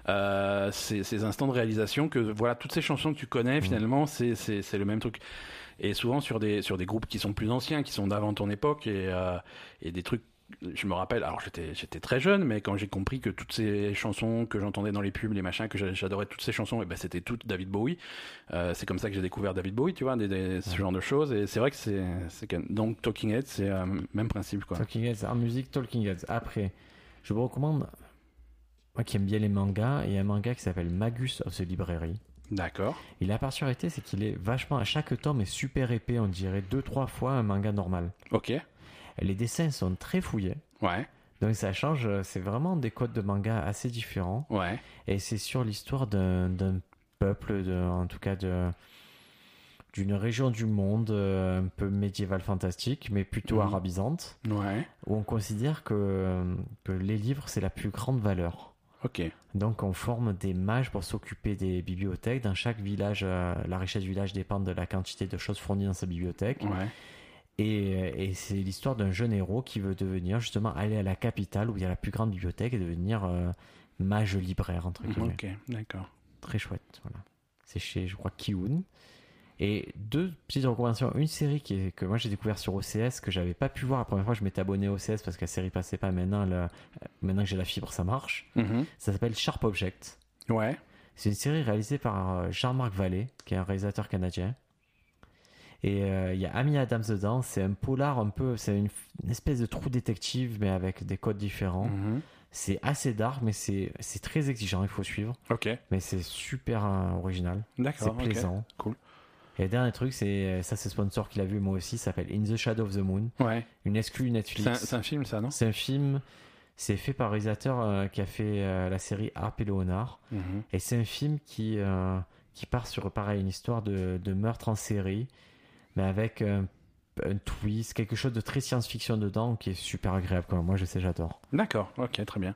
[SPEAKER 3] euh, ces ces instants de réalisation que voilà, toutes ces chansons que tu
[SPEAKER 1] Mmh.
[SPEAKER 3] connais, finalement, c'est- c'est c'est le même truc. Et souvent sur des, sur des groupes qui sont plus anciens, qui sont d'avant ton époque, et, euh, et des trucs. Je me rappelle, alors j'étais j'étais très jeune, mais quand j'ai compris que toutes ces chansons que j'entendais dans les pubs, les machins, que j'a- j'adorais toutes ces chansons, et ben c'était toutes David Bowie. Euh, c'est comme ça que j'ai découvert David Bowie, tu vois, des, des- ce genre de choses. Et c'est vrai que c'est. c'est quand- Donc, Talking Heads, c'est euh, même principe, quoi.
[SPEAKER 1] Talking Heads, en musique, Talking Heads. Après, je vous recommande, moi qui aime bien les mangas, il y a un manga qui s'appelle Magus of the Library.
[SPEAKER 3] D'accord.
[SPEAKER 1] Et la particularité, c'est qu'il est vachement, à chaque tome est super épais, on dirait deux, trois fois un manga normal.
[SPEAKER 3] Ok.
[SPEAKER 1] Les dessins sont très fouillés,
[SPEAKER 3] Ouais.
[SPEAKER 1] donc ça change, euh, c'est vraiment des codes de manga assez différents.
[SPEAKER 3] Ouais.
[SPEAKER 1] Et c'est sur l'histoire d'un d'un peuple, de- en tout cas de d'une région du monde euh, un peu médiévale fantastique, mais plutôt
[SPEAKER 3] Mhm.
[SPEAKER 1] arabisante,
[SPEAKER 3] Ouais.
[SPEAKER 1] où on considère que, que les livres, c'est la plus grande valeur.
[SPEAKER 3] Ok.
[SPEAKER 1] Donc on forme des mages pour s'occuper des bibliothèques. Dans chaque village, euh, la richesse du village dépend de la quantité de choses fournies dans sa bibliothèque.
[SPEAKER 3] Ouais.
[SPEAKER 1] Et, euh, et c'est l'histoire d'un jeune héros qui veut devenir justement aller à la capitale où il y a la plus grande bibliothèque et devenir euh, mage libraire entre guillemets
[SPEAKER 3] Ok. D'accord.
[SPEAKER 1] très chouette. Voilà. C'est chez, je crois, Kiun. Et deux petites recommandations. Une série qui est- que moi j'ai découvert sur OCS, que j'avais pas pu voir la première fois, je m'étais abonné à OCS parce que la série passait pas. Maintenant, le- maintenant que j'ai la fibre, ça marche.
[SPEAKER 3] Mhm.
[SPEAKER 1] Ça s'appelle Sharp Object.
[SPEAKER 3] Ouais.
[SPEAKER 1] C'est une série réalisée par euh, Jean-Marc Vallée, qui est un réalisateur canadien. Et euh, il y a Amy Adams dedans. C'est un polar un peu. C'est une, une espèce de trou détective, mais avec des codes différents.
[SPEAKER 3] Mhm.
[SPEAKER 1] C'est assez dark, mais c'est c'est très exigeant. Il faut suivre.
[SPEAKER 3] Ok.
[SPEAKER 1] Mais c'est super euh, original.
[SPEAKER 3] D'accord.
[SPEAKER 1] C'est
[SPEAKER 3] ok.
[SPEAKER 1] plaisant.
[SPEAKER 3] Cool.
[SPEAKER 1] Et le dernier truc, c'est euh, ça, c'est sponsor qu'il a vu moi aussi, ça s'appelle In the Shadow of the Moon,
[SPEAKER 3] Ouais.
[SPEAKER 1] une exclue
[SPEAKER 3] C'est un,
[SPEAKER 1] Netflix.
[SPEAKER 3] c'est un film, ça, non
[SPEAKER 1] C'est un film, c'est fait par un réalisateur euh, qui a fait euh, la série Harp et Léonard.
[SPEAKER 3] Mhm.
[SPEAKER 1] Et c'est un film qui, euh, qui part sur, pareil, une histoire de, de meurtre en série, mais avec un, un twist, quelque chose de très science-fiction dedans qui est super agréable. Quoi. Moi, je sais, j'adore.
[SPEAKER 3] D'accord. Ok. Très bien.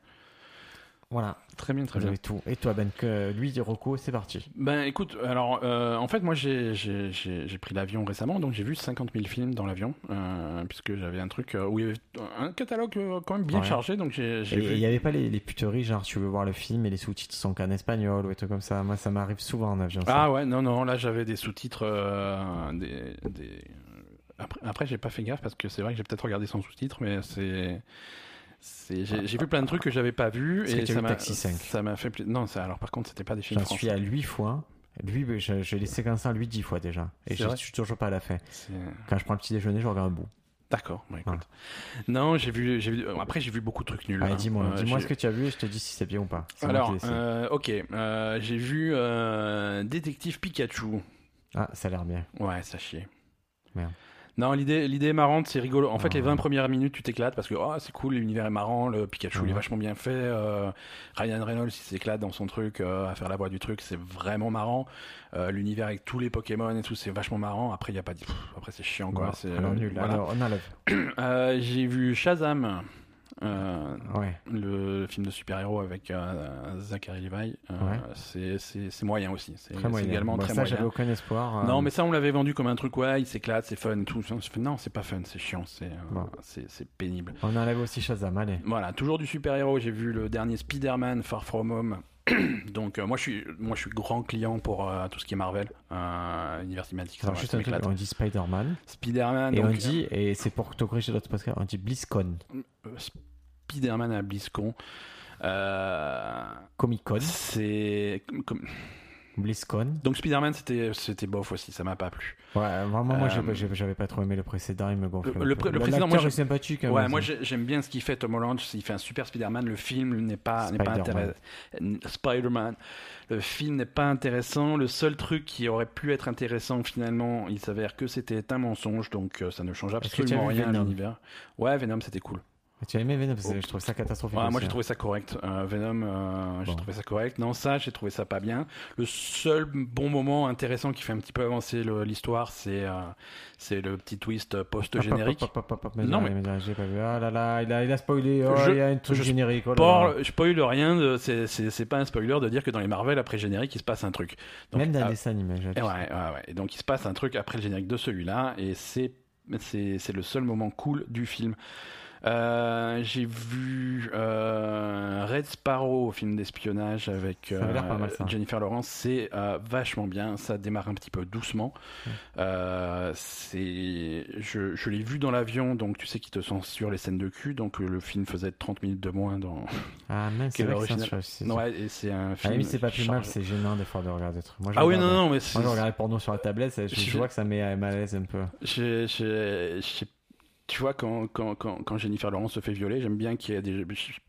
[SPEAKER 1] Voilà,
[SPEAKER 3] Très bien. Très
[SPEAKER 1] vous
[SPEAKER 3] bien.
[SPEAKER 1] avez tout. Et toi, Ben, que, lui, du Rocco, c'est parti.
[SPEAKER 3] Ben écoute, alors euh, en fait moi j'ai- j'ai j'ai- j'ai pris l'avion récemment, donc j'ai vu 50 000 films dans l'avion, euh, puisque j'avais un truc euh, où il y avait un catalogue euh, quand même bien
[SPEAKER 1] Ouais.
[SPEAKER 3] chargé, donc j'ai j'ai
[SPEAKER 1] Et il n'y
[SPEAKER 3] vu...
[SPEAKER 1] avait pas les, les puteries, genre tu veux voir le film et les sous-titres sont qu'en espagnol ou des trucs comme ça. Moi, ça m'arrive souvent en avion. ça.
[SPEAKER 3] Ah ouais, non, non, là j'avais des sous-titres... euh, des, des- Après, après, j'ai pas fait gaffe, parce que c'est vrai que j'ai peut-être regardé sans sous-titres, mais c'est... c'est- J'ai j'ai vu plein de trucs que j'avais pas vu
[SPEAKER 1] Est-ce que
[SPEAKER 3] et
[SPEAKER 1] t'as
[SPEAKER 3] ça
[SPEAKER 1] vu
[SPEAKER 3] m'a
[SPEAKER 1] Taxi 5?
[SPEAKER 3] ça m'a fait plaisir. Non, ça, alors par contre c'était pas des films
[SPEAKER 1] J'en suis
[SPEAKER 3] français.
[SPEAKER 1] à 8 fois. Lui, ben, je, je l'ai séquencé en lui 10 fois déjà. Et
[SPEAKER 3] C'est
[SPEAKER 1] je
[SPEAKER 3] vrai
[SPEAKER 1] suis toujours pas à la fin.
[SPEAKER 3] C'est-
[SPEAKER 1] Quand je prends le petit déjeuner, je regarde un bout.
[SPEAKER 3] D'accord, bon, écoute.
[SPEAKER 1] Voilà.
[SPEAKER 3] Non, j'ai vu, j'ai vu. Après j'ai vu beaucoup de trucs nuls.
[SPEAKER 1] Allez,
[SPEAKER 3] hein.
[SPEAKER 1] Ah. dis-moi,
[SPEAKER 3] Euh,
[SPEAKER 1] dis-moi
[SPEAKER 3] j'ai-
[SPEAKER 1] ce que tu as vu et je te dis si c'est bien ou pas. C'est moi qui
[SPEAKER 3] Alors,
[SPEAKER 1] décide.
[SPEAKER 3] euh, ok, euh, j'ai vu euh, Détective Pikachu.
[SPEAKER 1] Ah, ça a l'air bien.
[SPEAKER 3] Ouais, ça chier.
[SPEAKER 1] Merde.
[SPEAKER 3] Non, l'idée l'idée est marrante, c'est rigolo. En fait,
[SPEAKER 1] Ah.
[SPEAKER 3] les 20 premières minutes, tu t'éclates parce que oh, c'est cool, l'univers est marrant, le Pikachu il est
[SPEAKER 1] Ouais.
[SPEAKER 3] vachement bien fait. euh, Ryan Reynolds, il s'éclate dans son truc, euh, à faire la voix du truc, c'est vraiment marrant. Euh, l'univers avec tous les Pokémon et tout, c'est vachement marrant. Après, il y a pas de- pff, Après, c'est chiant, quoi.
[SPEAKER 1] Bon,
[SPEAKER 3] c'est,
[SPEAKER 1] alors,
[SPEAKER 3] euh,
[SPEAKER 1] nul.
[SPEAKER 3] voilà.
[SPEAKER 1] Alors, on enlève.
[SPEAKER 3] Euh, j'ai vu Shazam. euh,
[SPEAKER 1] Ouais.
[SPEAKER 3] le film de super-héros avec euh, Zachary Levi, euh,
[SPEAKER 1] Ouais.
[SPEAKER 3] c'est- c'est c'est moyen aussi. C'est
[SPEAKER 1] Très
[SPEAKER 3] c'est
[SPEAKER 1] moyen.
[SPEAKER 3] également
[SPEAKER 1] Bon,
[SPEAKER 3] très
[SPEAKER 1] ça,
[SPEAKER 3] moyen.
[SPEAKER 1] j'avais aucun espoir. euh,
[SPEAKER 3] Non, mais ça, on l'avait vendu comme un truc, ouais, il s'éclate, c'est fun, tout. Je fais, Non, c'est pas fun, c'est chiant, c'est euh,
[SPEAKER 1] Bon.
[SPEAKER 3] c'est- c'est pénible.
[SPEAKER 1] On enlève aussi Shazam, allez.
[SPEAKER 3] Voilà, toujours du super-héros. J'ai vu le dernier Spider-Man, Far From Home. Donc, euh, moi, je suis, moi, je suis grand client pour euh, tout ce qui est Marvel, euh, univers cinématique, ça,
[SPEAKER 1] Alors,
[SPEAKER 3] va,
[SPEAKER 1] juste
[SPEAKER 3] ça
[SPEAKER 1] un truc,
[SPEAKER 3] m'éclate.
[SPEAKER 1] on dit Spider-Man.
[SPEAKER 3] Spider-Man,
[SPEAKER 1] Et on
[SPEAKER 3] donc,
[SPEAKER 1] dit, et c'est pour te corriger l'autre podcast, on dit BlizzCon,
[SPEAKER 3] euh, Spider-Man à BlizzCon. Euh,
[SPEAKER 1] Comic Con,
[SPEAKER 3] c'est comme-
[SPEAKER 1] BlizzCon.
[SPEAKER 3] Donc Spider-Man, c'était, c'était bof aussi, ça m'a pas plu.
[SPEAKER 1] Ouais, vraiment, moi, j'ai-
[SPEAKER 3] Euh,
[SPEAKER 1] j'ai- j'avais pas trop aimé le précédent, il me gonfle.
[SPEAKER 3] le-
[SPEAKER 1] un
[SPEAKER 3] le
[SPEAKER 1] peu.
[SPEAKER 3] pré- le précédent, moi,
[SPEAKER 1] l'acteur
[SPEAKER 3] je-
[SPEAKER 1] est sympathique. hein,
[SPEAKER 3] ouais,
[SPEAKER 1] mais-
[SPEAKER 3] moi j'ai- j'aime bien ce qu'il fait Tom Holland, il fait un super Spider-Man, le film n'est pas, n'est pas
[SPEAKER 1] Spider-Man.
[SPEAKER 3] intéressant. Spider-Man, le film n'est pas intéressant, le seul truc qui aurait pu être intéressant finalement, il s'avère que c'était un mensonge, donc euh, ça ne change
[SPEAKER 1] Est-ce que tu as
[SPEAKER 3] absolument
[SPEAKER 1] vu
[SPEAKER 3] rien à
[SPEAKER 1] Venom
[SPEAKER 3] l'univers. Ouais, Venom, c'était cool.
[SPEAKER 1] Et tu as aimé Venom Parce que je trouve ça catastrophique.
[SPEAKER 3] Ouais, moi
[SPEAKER 1] aussi,
[SPEAKER 3] j'ai
[SPEAKER 1] hein.
[SPEAKER 3] trouvé ça correct. Euh, Venom, euh, j'ai
[SPEAKER 1] Bon.
[SPEAKER 3] trouvé ça correct. Non, ça, j'ai trouvé ça pas bien. Le seul bon moment intéressant qui fait un petit peu avancer le- l'histoire, c'est euh, c'est le petit twist euh,
[SPEAKER 1] hein.
[SPEAKER 3] post-générique.
[SPEAKER 1] Hop, hop, hop, hop, hop, mais
[SPEAKER 3] Non,
[SPEAKER 1] non,
[SPEAKER 3] mais-
[SPEAKER 1] mais. j'ai pas vu. Ah là là, il a, il a spoilé. Oh,
[SPEAKER 3] Je-
[SPEAKER 1] il y a un truc
[SPEAKER 3] je
[SPEAKER 1] générique. Oh là là.
[SPEAKER 3] Pour, je spoil rien, de- c'est- c'est c'est pas un spoiler de dire que dans les Marvel, après le générique, il se passe un truc. Donc,
[SPEAKER 1] Même dans
[SPEAKER 3] ah,
[SPEAKER 1] les dessins animés, j'ai
[SPEAKER 3] et ouais, ouais, ouais. Et donc il se passe un truc après le générique de celui-là, et c'est c'est c'est le seul moment cool du film. Euh, J'ai vu euh, Red Sparrow, film d'espionnage avec euh,
[SPEAKER 1] Ça avait l'air pas mal, ça.
[SPEAKER 3] Jennifer Lawrence. C'est euh, vachement bien. Ça démarre un petit peu doucement. Euh, c'est, je, je l'ai vu dans l'avion, donc tu sais qu'ils te censurent les scènes de cul, donc le, le film faisait 30 minutes de moins dans.
[SPEAKER 1] Ah mince, c'est
[SPEAKER 3] Quel
[SPEAKER 1] vrai que c'est un
[SPEAKER 3] original.
[SPEAKER 1] choix, c'est-
[SPEAKER 3] Ouais, et c'est un
[SPEAKER 1] Ah
[SPEAKER 3] film.
[SPEAKER 1] oui, c'est pas plus mal,
[SPEAKER 3] chargé.
[SPEAKER 1] c'est gênant des fois de regarder des trucs. Moi, je
[SPEAKER 3] Ah oui,
[SPEAKER 1] regarde-
[SPEAKER 3] non, non, mais
[SPEAKER 1] Moi, je
[SPEAKER 3] c'est-
[SPEAKER 1] regarde le porno sur la tablette, ça- je, je
[SPEAKER 3] Je-
[SPEAKER 1] vois que ça met à mal à l'aise un peu.
[SPEAKER 3] Je- je- je- tu vois, quand, quand, quand, quand Jennifer Lawrence se fait violer, j'aime bien qu'il y ait des.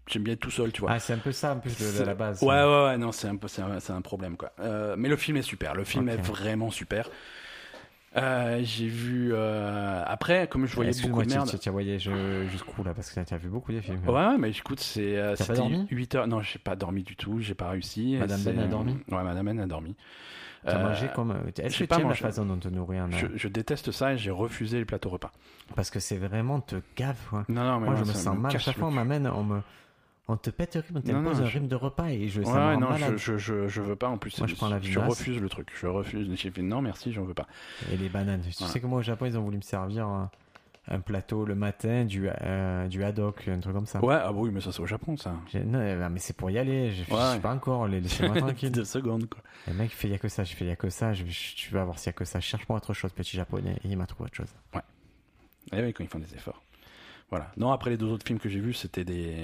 [SPEAKER 3] J'aime bien être tout seul, tu vois.
[SPEAKER 1] Ah, c'est un peu ça, en plus, de, de
[SPEAKER 3] C'est-
[SPEAKER 1] la base.
[SPEAKER 3] Ouais, ouais, ouais, non, c'est un, peu- c'est un, c'est un problème, quoi. Euh, mais le film est super, le film est
[SPEAKER 1] Ok.
[SPEAKER 3] vraiment super. Euh, j'ai vu. euh, Après, comme je
[SPEAKER 1] Ah,
[SPEAKER 3] voyais beaucoup
[SPEAKER 1] Excuse-moi,
[SPEAKER 3] de
[SPEAKER 1] tu
[SPEAKER 3] merde.
[SPEAKER 1] tu- tu as voyé je- jusqu'où là Parce que tu as vu beaucoup de films. hein.
[SPEAKER 3] Ouais, mais écoute, c'est, euh,
[SPEAKER 1] T'as pas
[SPEAKER 3] c'était
[SPEAKER 1] dormi
[SPEAKER 3] 8 heures. Non, j'ai pas dormi du tout, j'ai pas réussi. et
[SPEAKER 1] Madame
[SPEAKER 3] c'est-
[SPEAKER 1] Ben a dormi
[SPEAKER 3] Ouais, Madame Ben a dormi.
[SPEAKER 1] T'as
[SPEAKER 3] Euh,
[SPEAKER 1] mangé comme. Est-ce que
[SPEAKER 3] j'ai
[SPEAKER 1] tu
[SPEAKER 3] pas
[SPEAKER 1] aimes la
[SPEAKER 3] mangé.
[SPEAKER 1] façon dont te nourrir hein,
[SPEAKER 3] je, je déteste ça et j'ai refusé les plateaux repas.
[SPEAKER 1] Parce que c'est vraiment te gave, quoi.
[SPEAKER 3] Non, non, mais
[SPEAKER 1] Moi, je me
[SPEAKER 3] ça
[SPEAKER 1] sens mal. À
[SPEAKER 3] casse
[SPEAKER 1] chaque
[SPEAKER 3] le
[SPEAKER 1] fois, on m'amène, on me. On te pète le rythme, on
[SPEAKER 3] Non, non,
[SPEAKER 1] t'impose un
[SPEAKER 3] je-
[SPEAKER 1] rythme de repas et je. ça me
[SPEAKER 3] Ouais,
[SPEAKER 1] rend
[SPEAKER 3] non,
[SPEAKER 1] malade.
[SPEAKER 3] je, je, je, je veux pas en plus.
[SPEAKER 1] Moi, je prends la vinasse.
[SPEAKER 3] refuse le truc. Je refuse. J'ai fait non, merci, j'en veux pas.
[SPEAKER 1] Et les bananes. Tu
[SPEAKER 3] Voilà.
[SPEAKER 1] sais que moi, au Japon, ils ont voulu me servir un, un plateau le matin, du, euh, du haddock, un truc comme ça.
[SPEAKER 3] Ouais, ah bah oui, mais ça c'est au Japon ça.
[SPEAKER 1] J'ai- Non, euh, mais c'est pour y aller. J'ai fait,
[SPEAKER 3] Ouais.
[SPEAKER 1] je sais pas encore, les- laissez-moi tranquille.
[SPEAKER 3] Deux secondes quoi.
[SPEAKER 1] Le mec fait, il y a que ça, je fais, il y a que ça. Je, je- tu vas voir s'il y a que ça. Cherche-moi autre chose, petit japonais. Et il m'a trouvé autre chose.
[SPEAKER 3] Eh oui, quand ils font des efforts. Voilà. Non, après les deux autres films que j'ai vus, c'était des.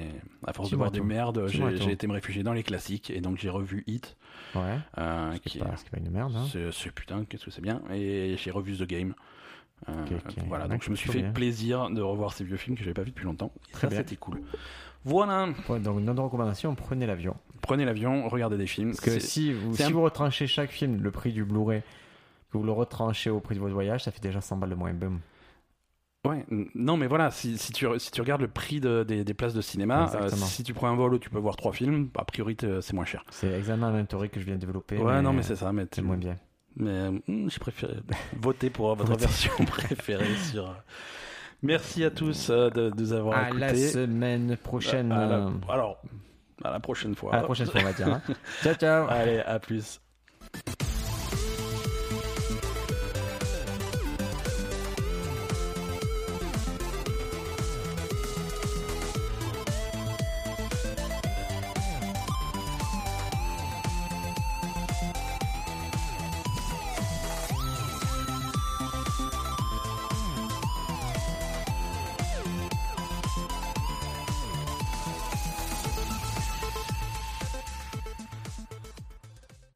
[SPEAKER 3] À force de voir des
[SPEAKER 1] Dis-moi
[SPEAKER 3] merdes,
[SPEAKER 1] Dis-moi
[SPEAKER 3] j'ai
[SPEAKER 1] tout.
[SPEAKER 3] j'ai été me réfugier dans les classiques et donc j'ai revu Hit,
[SPEAKER 1] Ouais.
[SPEAKER 3] euh,
[SPEAKER 1] Ce qui
[SPEAKER 3] qui
[SPEAKER 1] est
[SPEAKER 3] est.
[SPEAKER 1] pas, ce qui est pas une merde. Hein.
[SPEAKER 3] C'est c'est- putain, qu'est-ce que c'est bien. Et j'ai revu The Game. Euh,
[SPEAKER 1] Ok, ok.
[SPEAKER 3] Voilà,
[SPEAKER 1] Ouais,
[SPEAKER 3] donc je me suis
[SPEAKER 1] plutôt
[SPEAKER 3] fait
[SPEAKER 1] bien.
[SPEAKER 3] plaisir de revoir ces vieux films que j'avais pas vus depuis longtemps. Et
[SPEAKER 1] Très
[SPEAKER 3] ça,
[SPEAKER 1] bien.
[SPEAKER 3] c'était cool. Voilà,
[SPEAKER 1] Ouais, donc, notre recommandation, prenez l'avion.
[SPEAKER 3] prenez l'avion, regardez des films.
[SPEAKER 1] Parce que
[SPEAKER 3] C'est-
[SPEAKER 1] si, vous,
[SPEAKER 3] c'est
[SPEAKER 1] si
[SPEAKER 3] un-
[SPEAKER 1] vous retranchez chaque film, le prix du Blu-ray, que vous le retranchez au prix de votre voyage, ça fait déjà 100 balles de moins. Boum.
[SPEAKER 3] Ouais, n- non, mais voilà, si, si, tu, si tu regardes le prix de- des, des places de cinéma, euh,
[SPEAKER 1] Exactement.
[SPEAKER 3] si tu prends un vol où tu peux voir trois films, a priori, t'es- c'est moins cher.
[SPEAKER 1] C'est exactement la même théorie que je viens de développer.
[SPEAKER 3] ouais, non, mais c'est ça, mais,
[SPEAKER 1] c'est moins bien.
[SPEAKER 3] mais hum, je préfère voter pour votre
[SPEAKER 1] Voter.
[SPEAKER 3] version préférée sur. euh, Merci à tous euh, de, de nous avoir
[SPEAKER 1] À la
[SPEAKER 3] écoutés.
[SPEAKER 1] semaine prochaine.
[SPEAKER 3] À la-
[SPEAKER 1] euh,
[SPEAKER 3] alors, à la prochaine fois.
[SPEAKER 1] À la prochaine fois, on va dire. hein. ciao, ciao.
[SPEAKER 3] Allez, à plus.